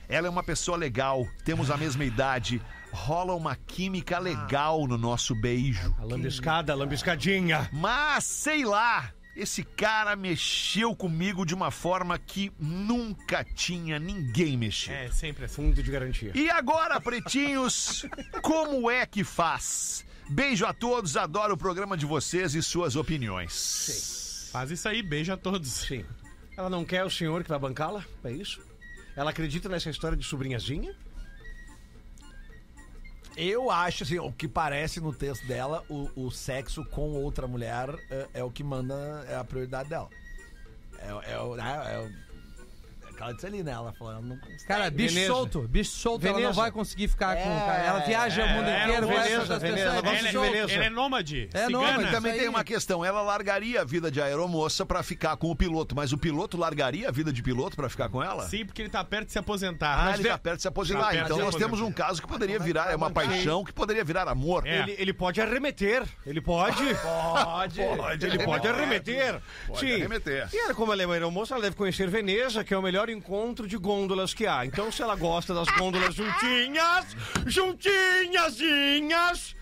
S4: Ela é uma pessoa legal, temos a mesma idade, rola uma química legal no nosso beijo.
S9: A lambiscada, a lambiscadinha.
S4: Mas sei lá, esse cara mexeu comigo de uma forma que nunca tinha ninguém mexido.
S7: É, sempre assim.
S9: Fundo de garantia.
S4: E agora,
S7: [LAUGHS]
S4: pretinhos, como é que faz? Beijo a todos, adoro o programa de vocês e suas opiniões.
S7: Faz isso aí, beija a todos.
S9: Sim. Ela não quer o senhor que vai bancá-la? É isso? Ela acredita nessa história de sobrinhazinha?
S6: Eu acho, assim, o que parece no texto dela, o, o sexo com outra mulher é, é o que manda, é a prioridade dela. É, o- é, o- né, é, o- é o que ela disse ali, né? Ela falou, ela não consegue.
S5: Cara, bicho
S9: Veneza.
S5: solto, bicho solto, ela não
S9: Veneza.
S5: vai conseguir ficar com
S6: É,
S5: o cara. Ela viaja o mundo
S7: é,
S5: inteiro,
S7: Veneza,
S5: conhece outras
S9: Veneza,
S5: pessoas,
S9: ela
S5: é
S9: gosta
S5: bicho
S9: de
S5: solto.
S9: Veneza.
S7: Ele é nômade.
S5: É
S7: cigana.
S5: nômade.
S4: Também
S5: Isso
S4: tem
S5: aí.
S4: uma questão, ela largaria a vida de aeromoça pra ficar com o piloto, mas o piloto largaria a vida de piloto pra ficar com ela?
S7: Sim, porque ele tá perto de se aposentar.
S4: Ah,
S7: Mas
S4: ele
S7: vê-
S4: tá perto de se
S7: Tá
S4: aposentar.
S7: perto
S4: Então
S7: de
S4: nós
S7: aposentar.
S4: temos um caso que poderia virar, é uma paixão que poderia virar amor.
S7: É.
S9: Ele, ele pode arremeter. Ele pode. Pode. Ele pode arremeter. Sim.
S4: arremeter.
S9: E ela, como ela é uma aeromoça, ela deve conhecer Veneza, que é o melhor encontro de gôndolas que há. Então, se ela gosta das gôndolas juntinhas, juntinhazinhas,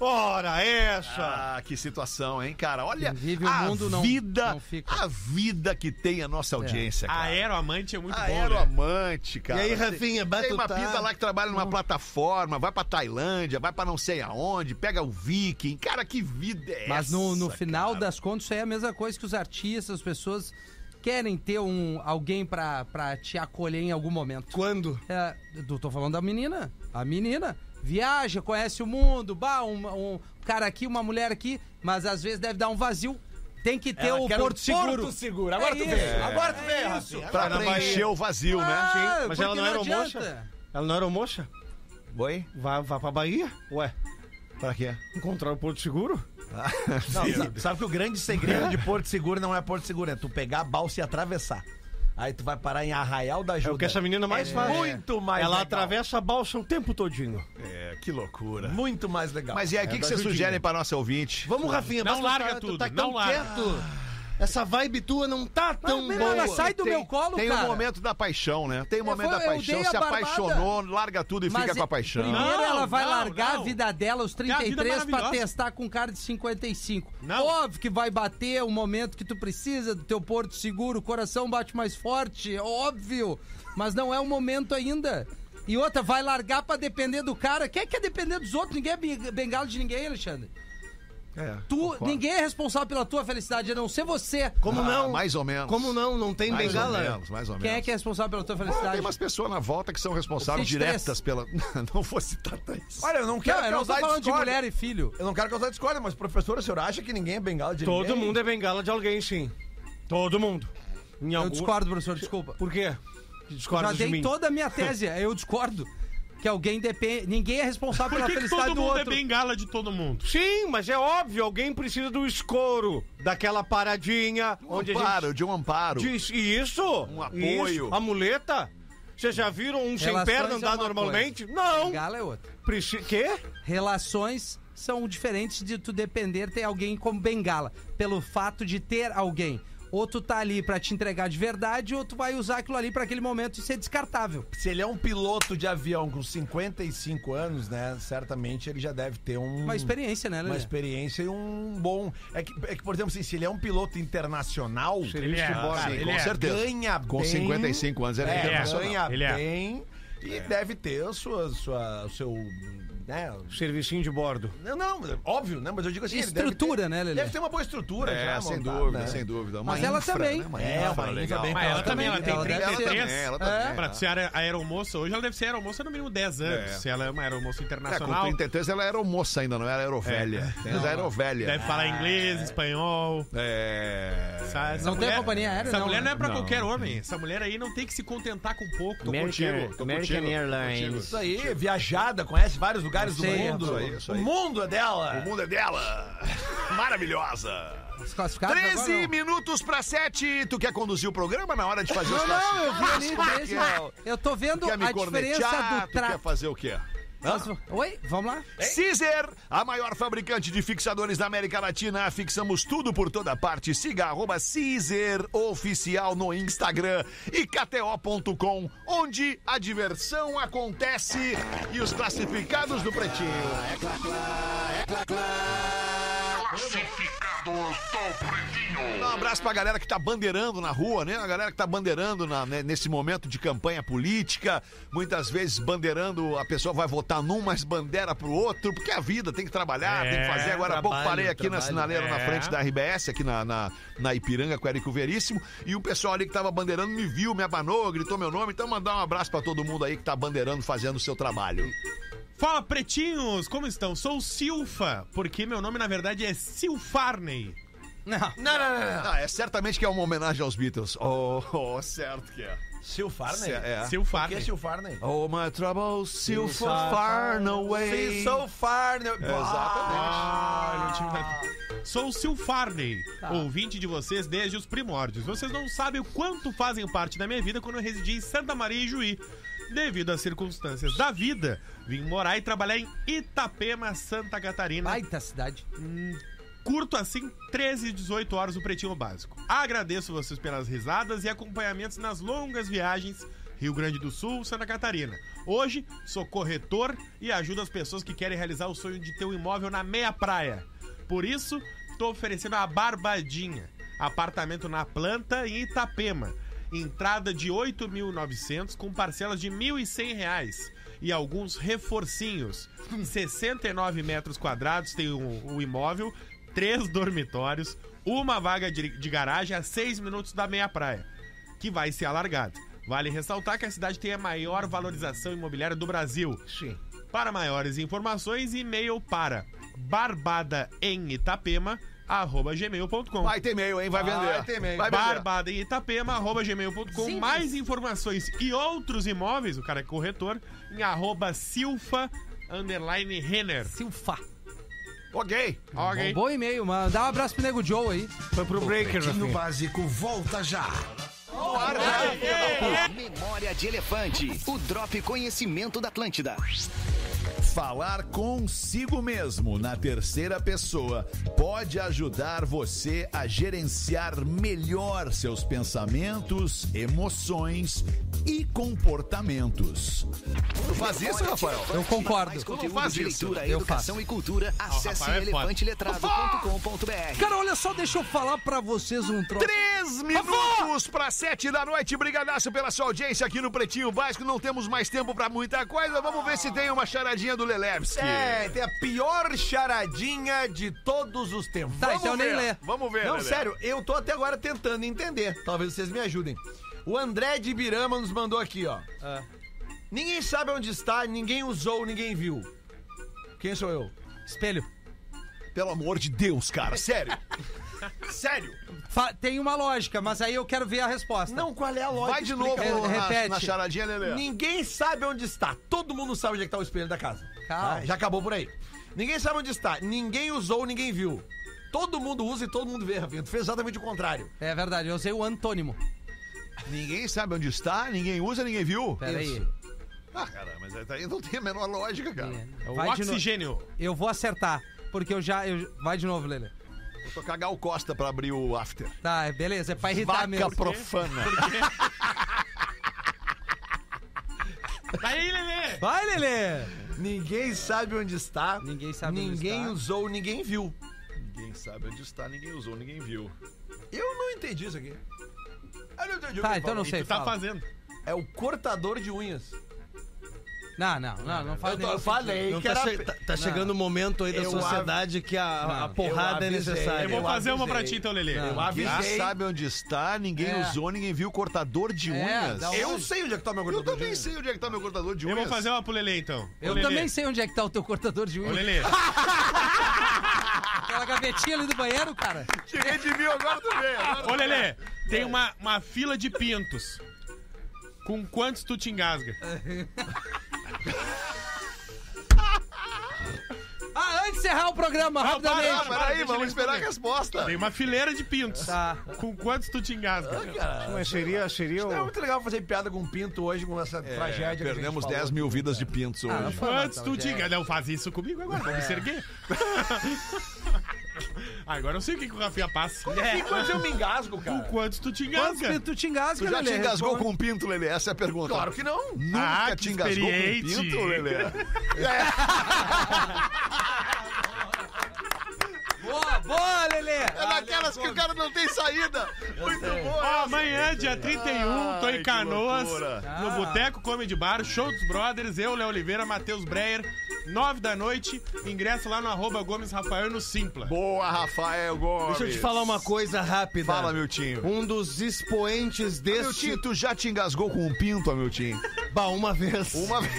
S9: ora essa.
S4: Ah, que situação, hein, cara? Olha,
S5: Quem vive o
S4: a
S5: mundo não-
S4: vida,
S5: não fica. É. Ah,
S4: a vida que tem a nossa audiência, cara. Ah,
S7: Aeroamante é muito bom. né?
S4: Aeroamante, cara.
S8: E aí, Rafinha,
S4: Tem uma
S8: batutar.
S4: pinta lá que trabalha
S5: Hum.
S4: numa plataforma, vai pra Tailândia, vai pra não sei aonde, pega o viking. Cara, que vida é
S5: Mas
S4: essa?
S5: no, no final
S4: cara?
S5: das contas, isso aí é a mesma coisa que os artistas, as pessoas querem ter um, alguém pra, pra te acolher em algum momento.
S8: Quando?
S5: É, do- tô falando da menina. A menina viaja, conhece o mundo, bah, um, um cara aqui, uma mulher aqui, mas às vezes deve dar um vazio. Tem que ter
S6: Ela
S5: o
S6: quer um
S5: Porto Seguro.
S6: Porto Seguro. Agora tu vê.
S5: Agora tu vê, Rafinha.
S4: Pra preencher o vazio, né?
S5: Ah,
S9: Mas
S5: porque
S9: ela não era
S5: adianta.
S9: moça? Ela não era moça?
S8: Tá.
S4: Oi?
S9: Vá, vá pra Bahia? Ué,
S4: Pra quê?
S9: encontrar o Porto Seguro?
S6: Não, sa- sabe que o grande segredo de Porto Seguro não é Porto Seguro, é tu pegar a balsa e atravessar. Aí tu vai parar em Arraial da Ajuda.
S9: É o que essa menina mais faz.
S6: Muito mais
S9: Ela
S6: legal.
S9: atravessa a balsa o tempo todinho.
S4: É, que loucura.
S6: Muito mais legal. É
S4: Mas
S5: É,
S4: e aí, o que, que vocês sugerem pra nossa ouvinte?
S8: Vamos, Rafinha,
S7: Não
S8: basta
S7: larga
S8: tu
S7: tudo,
S8: tá
S7: não
S8: tão
S7: larga.
S8: quieto. Essa vibe tua não tá tão
S5: Mas,
S8: boa.
S5: Ela sai do
S4: Tem-
S5: meu colo,
S4: Tem
S5: cara.
S4: um momento da paixão, né? Tem um momento
S5: foi-
S4: da
S5: eu
S4: paixão,
S5: dei
S4: se
S5: a barbada.
S4: apaixonou, larga tudo e
S5: Mas é
S4: fica com a
S5: e-
S4: paixão. Ah,
S5: Primeiro
S7: Não,
S5: ela vai
S7: não,
S5: largar
S7: não.
S5: a vida dela aos
S7: a vida
S5: 33 pra
S7: maravilhosa.
S5: testar com um cara de 55.
S7: Não.
S5: Óbvio que vai bater o momento que tu precisa do teu porto seguro, o coração bate mais forte, óbvio. Mas não é o momento ainda. E outra, vai largar pra depender do cara. Quem é que é depender dos outros? Ninguém é ben- bengala de ninguém, Alexandre.
S4: É,
S5: Tu,
S4: concordo.
S5: ninguém é responsável pela tua felicidade, a não ser você.
S8: Como
S4: Ah,
S8: não?
S4: mais ou menos.
S8: Como não? Não tem
S4: Mais ou
S8: bengala.
S4: menos, mais ou menos.
S5: Quem é que é responsável pela tua
S4: Ah,
S5: felicidade?
S4: tem umas pessoas na volta que são responsáveis
S5: Você
S4: diretas pela. [LAUGHS] não vou citar isso.
S6: Olha, eu não quero
S5: Não, eu não tô
S6: causar
S5: falando de
S6: discórdia.
S5: mulher e filho.
S6: Eu não quero causar discórdia, mas professora, a senhora acha que ninguém é bengala de
S9: Todo
S6: ninguém?
S9: mundo é bengala de alguém, sim. Todo mundo. Em
S5: Eu
S9: algum-
S5: discordo, professor, desculpa.
S9: Por quê? Que
S5: Já
S9: Discorda de
S5: dei
S9: mim.
S5: toda a minha tese, é, eu discordo. Que alguém depende. Ninguém é responsável
S7: Por
S5: pela
S7: que, que
S5: felicidade
S7: todo
S5: do
S7: mundo é
S5: outro.
S7: bengala de todo mundo?
S9: Sim, mas é óbvio, alguém precisa do escoro, daquela paradinha onde
S4: Um
S9: a
S4: amparo,
S9: gente
S4: de um amparo.
S9: diz isso, um
S4: apoio.
S9: a muleta. Vocês já viram um sem
S5: Relações
S9: perna
S5: é
S9: andar
S5: uma
S9: normalmente? Não.
S5: Bengala é outra.
S9: Preci... Quê?
S5: Relações são diferentes de tu depender ter alguém como bengala. Pelo fato de ter alguém. Ou tu tá ali pra te entregar de verdade, ou tu vai usar aquilo ali pra aquele momento e ser descartável.
S6: Se ele é um piloto de avião com 55 anos, né? Certamente ele já deve ter um.
S5: Uma experiência, né, Lelê?
S6: Uma experiência e um bom. É que, é que, por exemplo, assim, se ele é um piloto internacional,
S7: Ele é, cara,
S4: Sim,
S7: ele
S4: com
S7: é.
S4: certeza.
S6: ganha
S4: Com
S6: bem.
S4: 55 anos ele é,
S6: É,
S4: internacional.
S6: ganha
S7: Ele é.
S6: bem e deve ter a sua, sua, o seu. Né?
S9: Servicinho de bordo.
S6: Não, não, óbvio, né? Mas eu digo assim. ele deve
S5: Estrutura,
S6: ter-
S5: né, Lelê?
S6: Deve ter uma boa estrutura, já,
S4: É, sem
S6: montada,
S4: dúvida,
S6: né?
S4: sem dúvida. Uma
S5: Mas ela
S4: infra,
S5: também.
S4: né? Uma
S6: É,
S4: infra
S6: uma infra
S4: legal.
S6: bem
S4: Mas é
S7: Mas ela
S6: ela
S7: também, ela tem
S5: ela deve ser.
S7: 33.
S4: Ela também, é. ela
S7: Pra
S4: também.
S7: ser aer- aeromoça, hoje ela deve ser aeromoça no mínimo 10 anos.
S4: É.
S7: Se ela é uma aeromoça
S4: É, com
S7: internacional,
S4: 33 ela era moça ainda, não era aerovelha. É. Ela era
S7: deve
S4: velha.
S7: falar inglês, espanhol.
S4: É.
S7: Essa, essa
S5: Não tem companhia aérea,
S7: Essa
S5: não,
S7: mulher
S5: né?
S7: não é pra
S4: Não.
S7: qualquer homem. Essa mulher aí não tem que se contentar com pouco.
S4: Tô contigo, tô
S9: American
S4: contigo,
S9: Airlines.
S6: Isso aí, viajada, conhece vários lugares do
S5: Sei,
S6: mundo.
S5: isso
S4: aí, isso aí.
S6: O mundo é dela.
S4: O mundo é dela. Maravilhosa.
S5: Desclassificado.
S4: 13 minutos pra 7. Tu quer conduzir o programa na hora de fazer os
S5: Não, não, eu vi ali.
S4: Como é que
S5: 13.
S4: é?
S5: Eu tô vendo
S4: Quer
S5: a
S4: me
S5: diferença
S4: cornetear?
S5: do
S4: Tu quer
S5: trato.
S4: fazer o quê?
S5: Oi, vamos lá?
S4: Cizer, a maior fabricante de fixadores da América Latina. Fixamos tudo por toda parte. Siga arroba Cizer Oficial no Instagram e KTO.com, onde a diversão acontece e os classificados do Pretinho. Dá um abraço pra galera que tá bandeirando na rua, né? A galera que tá bandeirando na- né, nesse momento de campanha política. Muitas vezes bandeirando, a pessoa vai votar num, mas bandeira pro outro, porque a vida tem que trabalhar, tem que fazer. Agora há pouco
S6: É, trabalho,
S4: parei aqui na
S6: trabalho.
S4: sinaleira na
S7: É.
S4: frente da RBS, aqui na, na, na Ipiranga com o Érico Veríssimo. E o pessoal ali que tava bandeirando me viu, me abanou, gritou meu nome. Então mandar um abraço pra todo mundo aí que tá bandeirando, fazendo o seu trabalho.
S7: Fala, pretinhos! Como estão? Sou Silfa, porque meu nome, na verdade, é Silfarney.
S5: Não.
S8: Não, não, não, não.
S4: Ah, é certamente que é uma homenagem aos Beatles. Oh, [LAUGHS] oh, certo que é.
S6: Sil Farney?
S4: É.
S6: Por que
S7: Silfarney.
S6: Sil Farney?
S4: Oh, my trouble, still far, far away.
S6: Farney.
S7: Olha, eu tive- Sou Silfarney, ouvinte de vocês desde os primórdios. Vocês não sabem o quanto fazem parte da minha vida quando eu residi em Santa Maria e Juí. Devido às circunstâncias da vida, vim morar e trabalhar em Itapema, Santa Catarina.
S5: Baita cidade.
S7: Curto assim 13 e 18 horas o Pretinho Básico. Agradeço vocês pelas risadas e acompanhamentos nas longas viagens Rio Grande do Sul, Santa Catarina. Hoje sou corretor e ajudo as pessoas que querem realizar o sonho de ter um imóvel na meia praia. Por isso, estou oferecendo a Barbadinha, apartamento na planta em Itapema. Entrada de 8.900 com parcelas de R$ 1.100 reais e alguns reforcinhos. 69 metros quadrados tem o, o imóvel, três dormitórios, uma vaga de, de garagem a 6 minutos da meia praia, que vai ser alargada. Vale ressaltar que a cidade tem a maior valorização imobiliária do Brasil.
S6: Sim.
S7: Para maiores informações, e-mail para barbadaemItapema@gmail.com.
S4: Vai ter e-mail, hein? Vai vender.
S6: Vai ter e-mail.
S4: Vai vender.
S7: Barbada em Itapema, arroba gmail.com. Mais informações e outros imóveis, o cara é corretor, em arroba silfa, underline Renner.
S5: Silfa.
S4: Ok.
S7: Ok.
S5: Bom e-mail, mano. Dá um abraço pro Nego Joe aí.
S9: Foi pro Breaker, assim.
S3: Pretinho
S9: Rafinha.
S3: Básico volta já.
S1: Memória de elefante. O Drop Conhecimento da Atlântida.
S3: Falar consigo mesmo na terceira pessoa pode ajudar você a gerenciar melhor seus pensamentos, emoções e comportamentos.
S4: Tu faz isso, Rafael?
S5: Eu concordo.
S1: Mais conteúdo
S4: faz
S1: de
S4: isso. Ah,
S1: leitura,
S5: Eu
S1: educação e cultura. Acesse
S7: Rafael é foda.
S1: elefanteletrado.com.br.
S5: Cara, olha só, deixa eu falar pra vocês um troço.
S4: Três minutos para sete da noite. Brigadaço pela sua audiência aqui no Pretinho Básico. Não temos mais tempo para muita coisa. Vamos ver se tem uma charadinha do Lelevski.
S6: É, tem a pior charadinha de todos os tempos.
S5: Tá, então nem
S4: ver.
S5: lê.
S4: Vamos ver.
S6: Não,
S4: Lelé.
S6: sério, eu tô até agora tentando entender. Talvez vocês me ajudem. O André de Birama nos mandou aqui, ó.
S5: Ah.
S6: Ninguém sabe onde está, ninguém usou, ninguém viu. Quem sou eu?
S5: Espelho.
S4: Pelo amor de Deus, cara. Sério. sério.
S5: Fa- tem uma lógica, mas aí eu quero ver a resposta.
S6: Não, qual é a lógica?
S4: Vai de novo
S5: explica-
S4: na- na,
S5: Repete.
S4: charadinha, Lelê.
S6: Ninguém sabe onde está. Todo mundo sabe onde é que tá o espelho da casa.
S5: Calma.
S6: Tá? Já acabou por aí. Ninguém sabe onde está. Ninguém usou, ninguém viu. Todo mundo usa e todo mundo vê, Rafinha. Tu fez exatamente o contrário.
S5: É verdade, eu usei o antônimo.
S4: Ninguém sabe onde está, ninguém usa, ninguém viu.
S5: Pera aí.
S4: Ah, cara, mas aí não tem a menor lógica, cara.
S7: O
S5: Tá. Vai de novo.
S7: oxigênio.
S5: Eu vou acertar, porque eu já. eu- Vai de novo, Lele.
S4: Vou tocar Gal Costa pra abrir o after.
S5: Tá, é beleza, é pra irritar
S4: Vaca
S5: mesmo.
S4: profana.
S7: Aí, Lelê!
S5: Vai, Lele!
S6: Ninguém sabe onde está.
S5: Ninguém sabe onde
S6: Ninguém
S5: está.
S6: usou, ninguém viu.
S4: Ninguém sabe onde está, ninguém usou, ninguém viu.
S6: Eu não entendi isso aqui. Eu não entendi o que
S5: Tá,
S6: ele
S5: então
S6: falou.
S5: não sei.
S7: Tu tá
S5: fala.
S7: fazendo.
S6: É o cortador de unhas.
S5: Não, não, não, não faz
S6: Eu, tô-
S5: nenhum
S6: eu falei
S8: Não
S6: que
S8: tá,
S6: era...
S8: che- tá- tá chegando o momento aí da
S6: Eu
S8: sociedade que a, a porrada é
S6: eu avisei.
S7: Eu
S8: necessária.
S7: vou
S6: Eu
S7: fazer uma pra
S6: avisei.
S7: ti, então, Lelê.
S5: Não.
S6: Eu
S4: Já
S6: avisei.
S4: sabe onde está, ninguém
S5: É.
S4: usou, ninguém viu o cortador de
S5: É,
S4: unhas.
S5: dá um-
S6: Eu sei onde é que tá o meu
S4: Eu
S6: cortador de
S4: também
S6: unhas.
S4: sei onde é que tá meu cortador de
S7: Eu
S4: unhas.
S7: vou fazer uma pro Lelê, então. Ô,
S5: Eu
S7: Lelê.
S5: também sei onde é que tá o teu cortador de
S7: Ô,
S5: unha.
S7: Lelê.
S5: Aquela gavetinha ali do banheiro, cara.
S4: Cheguei de mil agora também.
S7: Ô, Lelê, tem uma, uma fila de pintos. Com quantos tu te engasga?
S5: Ah, antes encerrar o programa rapidamente.
S2: Não, peraí,
S7: Deixa ele
S2: vamos esperar a
S7: responder.
S2: resposta.
S7: Tem uma fileira de pintos.
S5: Tá.
S7: Com quantos tu te engasga?
S11: Mas seria, seria
S2: um
S6: É
S11: o...
S6: muito legal fazer piada com o Pinto hoje, com
S5: É,
S6: essa tragédia que a gente
S2: Perdemos
S6: falou.
S2: 10 mil vidas de pintos hoje.
S5: não foi
S7: Quantos
S5: uma
S7: tu te
S5: tragédia.
S7: engasga? Não, faz isso comigo agora, vamos ser gay. Agora eu sei o que, que o Rafinha passa.
S6: E quando eu me engasgo,
S7: Com
S6: cara?
S7: quantos tu te
S5: Quantos
S7: engasga?
S5: que tu te engasga,
S2: Tu já te
S5: Lelê?
S2: engasgou com um pinto, Lelê? Essa é a pergunta.
S6: Claro que não.
S2: Nunca
S7: Ah,
S2: te
S7: que
S2: engasgou com um
S7: experiente.
S2: pinto, Lelê?
S5: Boa, boa, Lelê!
S2: É daquelas que o cara não tem saída. Muito bom.
S7: Ó, amanhã, dia 31, tô
S2: é Ai,
S7: em
S2: que
S7: Canoas,
S2: loucura. Ah.
S7: no Boteco Comedy Bar, show dos brothers, eu, Léo Oliveira, Matheus Breyer, 9 da noite, ingresso lá no arroba Gomes Rafael e no Simpla.
S2: Boa, Rafael Gomes.
S8: Deixa eu te falar uma coisa rápida.
S2: Fala, Miltinho.
S8: Um dos expoentes deste.
S2: Miltinho, tu já te engasgou com um pinto, Miltinho?
S8: Bah, uma vez.
S2: Uma vez.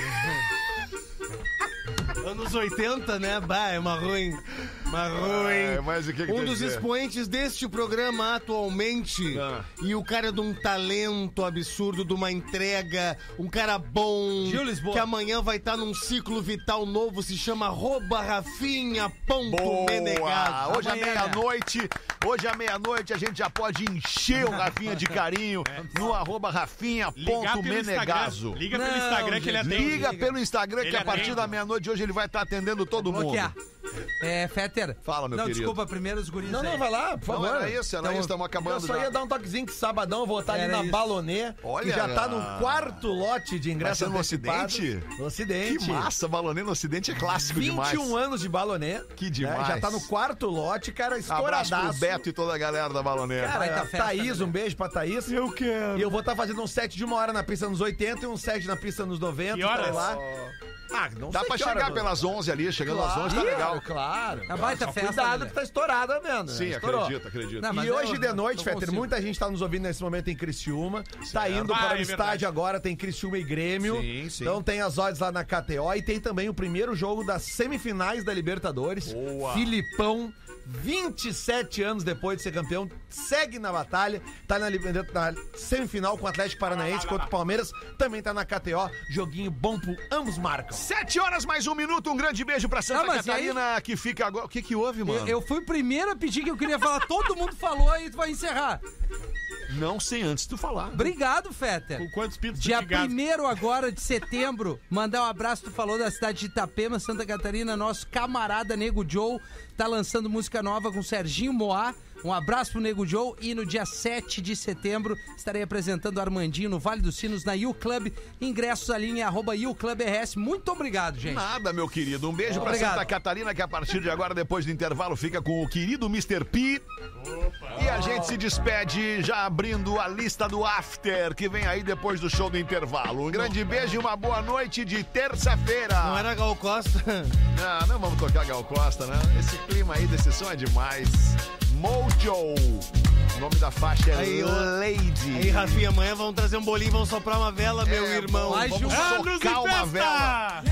S8: Anos 80, né? Bah, é uma ruim. Uma ruim.
S2: É, mas o que que
S8: um
S2: tem
S8: dos
S2: que dizer?
S8: expoentes deste programa atualmente.
S2: Ah.
S8: E o cara de um talento absurdo, de uma entrega, um cara bom.
S5: Gil Lisboa.
S8: Que amanhã vai estar num ciclo vital novo, se chama arroba Rafinha ponto Menegasso.
S2: Boa! Hoje à
S5: Amanhã, né?
S2: meia-noite, hoje à meia-noite a gente já pode encher o Rafinha de
S7: [LAUGHS]
S2: carinho no arroba
S7: É. Ligar pelo
S2: rafinha.menegaso.
S7: Instagram. Liga
S5: Não,
S7: pelo Instagram que ele
S5: gente,
S7: atende.
S2: Liga pelo Instagram que
S7: Ele
S2: a partir
S7: atende.
S2: da meia-noite de hoje ele vai estar atendendo todo mundo.
S5: Bloquear. É, Fetter.
S2: Fala, meu
S5: não,
S2: querido.
S5: desculpa, primeiro os guris
S6: Não, não,
S5: aí.
S6: vai lá, por
S2: Não,
S6: favor.
S2: era isso, era isso, estamos acabando
S6: Eu só
S2: já.
S6: ia dar um toquezinho que sabadão eu vou estar ali
S5: Era
S6: na
S5: isso.
S6: Balonê,
S2: Olha,
S6: que já tá
S2: ah,
S6: no quarto lote de ingressos
S2: vai ser no
S6: antecipados.
S2: Ocidente?
S6: No Ocidente.
S2: Que massa, Balonê no Ocidente é clássico
S6: 21
S2: demais.
S6: anos de Balonê.
S2: Que demais.
S6: Já tá no quarto lote, cara,
S2: Abraço pro
S6: estouradaço.
S2: Beto e toda a galera da Balonê.
S6: Cara,
S5: Baita festa,
S6: Thaís,
S5: né?
S6: um beijo pra Thaís. Eu quero. E eu vou estar fazendo um set de uma hora na pista nos 80 e um set na pista nos 90.
S7: Que
S6: então
S7: horas?
S6: Lá. Ah, não
S2: Dá
S6: sei
S2: pra
S6: que
S2: chegar
S6: hora, mano.
S2: pelas 11 ali, chegando às 11 tá
S6: Claro,
S2: legal.
S6: Claro.
S5: É baita
S6: Só
S5: festa,
S6: Cuidado
S5: né?
S6: que tá estourada, vendo?
S2: Sim,
S6: Estourou.
S2: acredito, acredito.
S5: Não, mas
S6: e
S5: eu
S6: hoje de
S5: não-
S6: noite,
S5: não
S6: Fetter,
S5: consigo.
S6: muita gente tá nos ouvindo nesse momento em Criciúma. Tá indo
S7: Ah,
S6: para
S7: é
S6: o
S7: verdade.
S6: estádio agora, tem Criciúma e Grêmio.
S2: Sim, sim.
S6: Então tem as odds lá na KTO e tem também o primeiro jogo das semifinais da Libertadores.
S2: Boa.
S6: Filipão, 27 anos depois de ser campeão, segue na batalha, tá na, li- na semifinal com o Atlético Paranaense contra o Palmeiras, também tá na KTO, joguinho bom pro ambos marcam.
S2: Sete horas mais um minuto, um grande beijo pra Santa
S5: Não, Ah, mas e aí?
S2: Catarina que fica agora. O que que houve, mano?
S5: Eu, eu fui o primeiro a pedir que eu queria falar, todo mundo falou e tu vai encerrar.
S2: Não sem antes tu falar. né?
S5: Obrigado, Fetter.
S7: Com quantos pintos
S5: Dia
S7: tu te engasga?
S5: 1 agora de setembro, mandar um abraço, tu falou da cidade de Itapema, Santa Catarina, nosso camarada Nego Joe, tá lançando música nova com Serginho Moá. Um abraço pro Nego Joe e no dia 7 de setembro estarei apresentando Armandinho no Vale dos Sinos na U Club. Ingressos ali em arroba U Club RS. Muito obrigado, gente.
S2: Nada, meu querido. Um beijo pra
S5: Obrigado.
S2: Santa Catarina, que a partir de agora, depois do intervalo, fica com o querido Mr. P. E a gente se despede já abrindo a lista do After, que vem aí depois do show do intervalo. Um grande beijo e uma boa noite de
S8: Não
S5: é-
S2: terça-feira.
S8: era Gal Costa? [LAUGHS]
S2: Não, não vamos tocar Gal Costa, né? Esse clima aí desse som é demais. Mojo. O nome da faixa é
S8: Aí, ó.
S2: Lady.
S8: Aí, Rafinha, amanhã vão trazer um bolinho, vão soprar uma vela, meu
S2: É,
S8: irmão.
S2: bom,
S5: Vai,
S2: vamos
S5: Gil.
S2: socar
S7: Anos
S2: uma
S7: e
S2: vela.
S7: festa!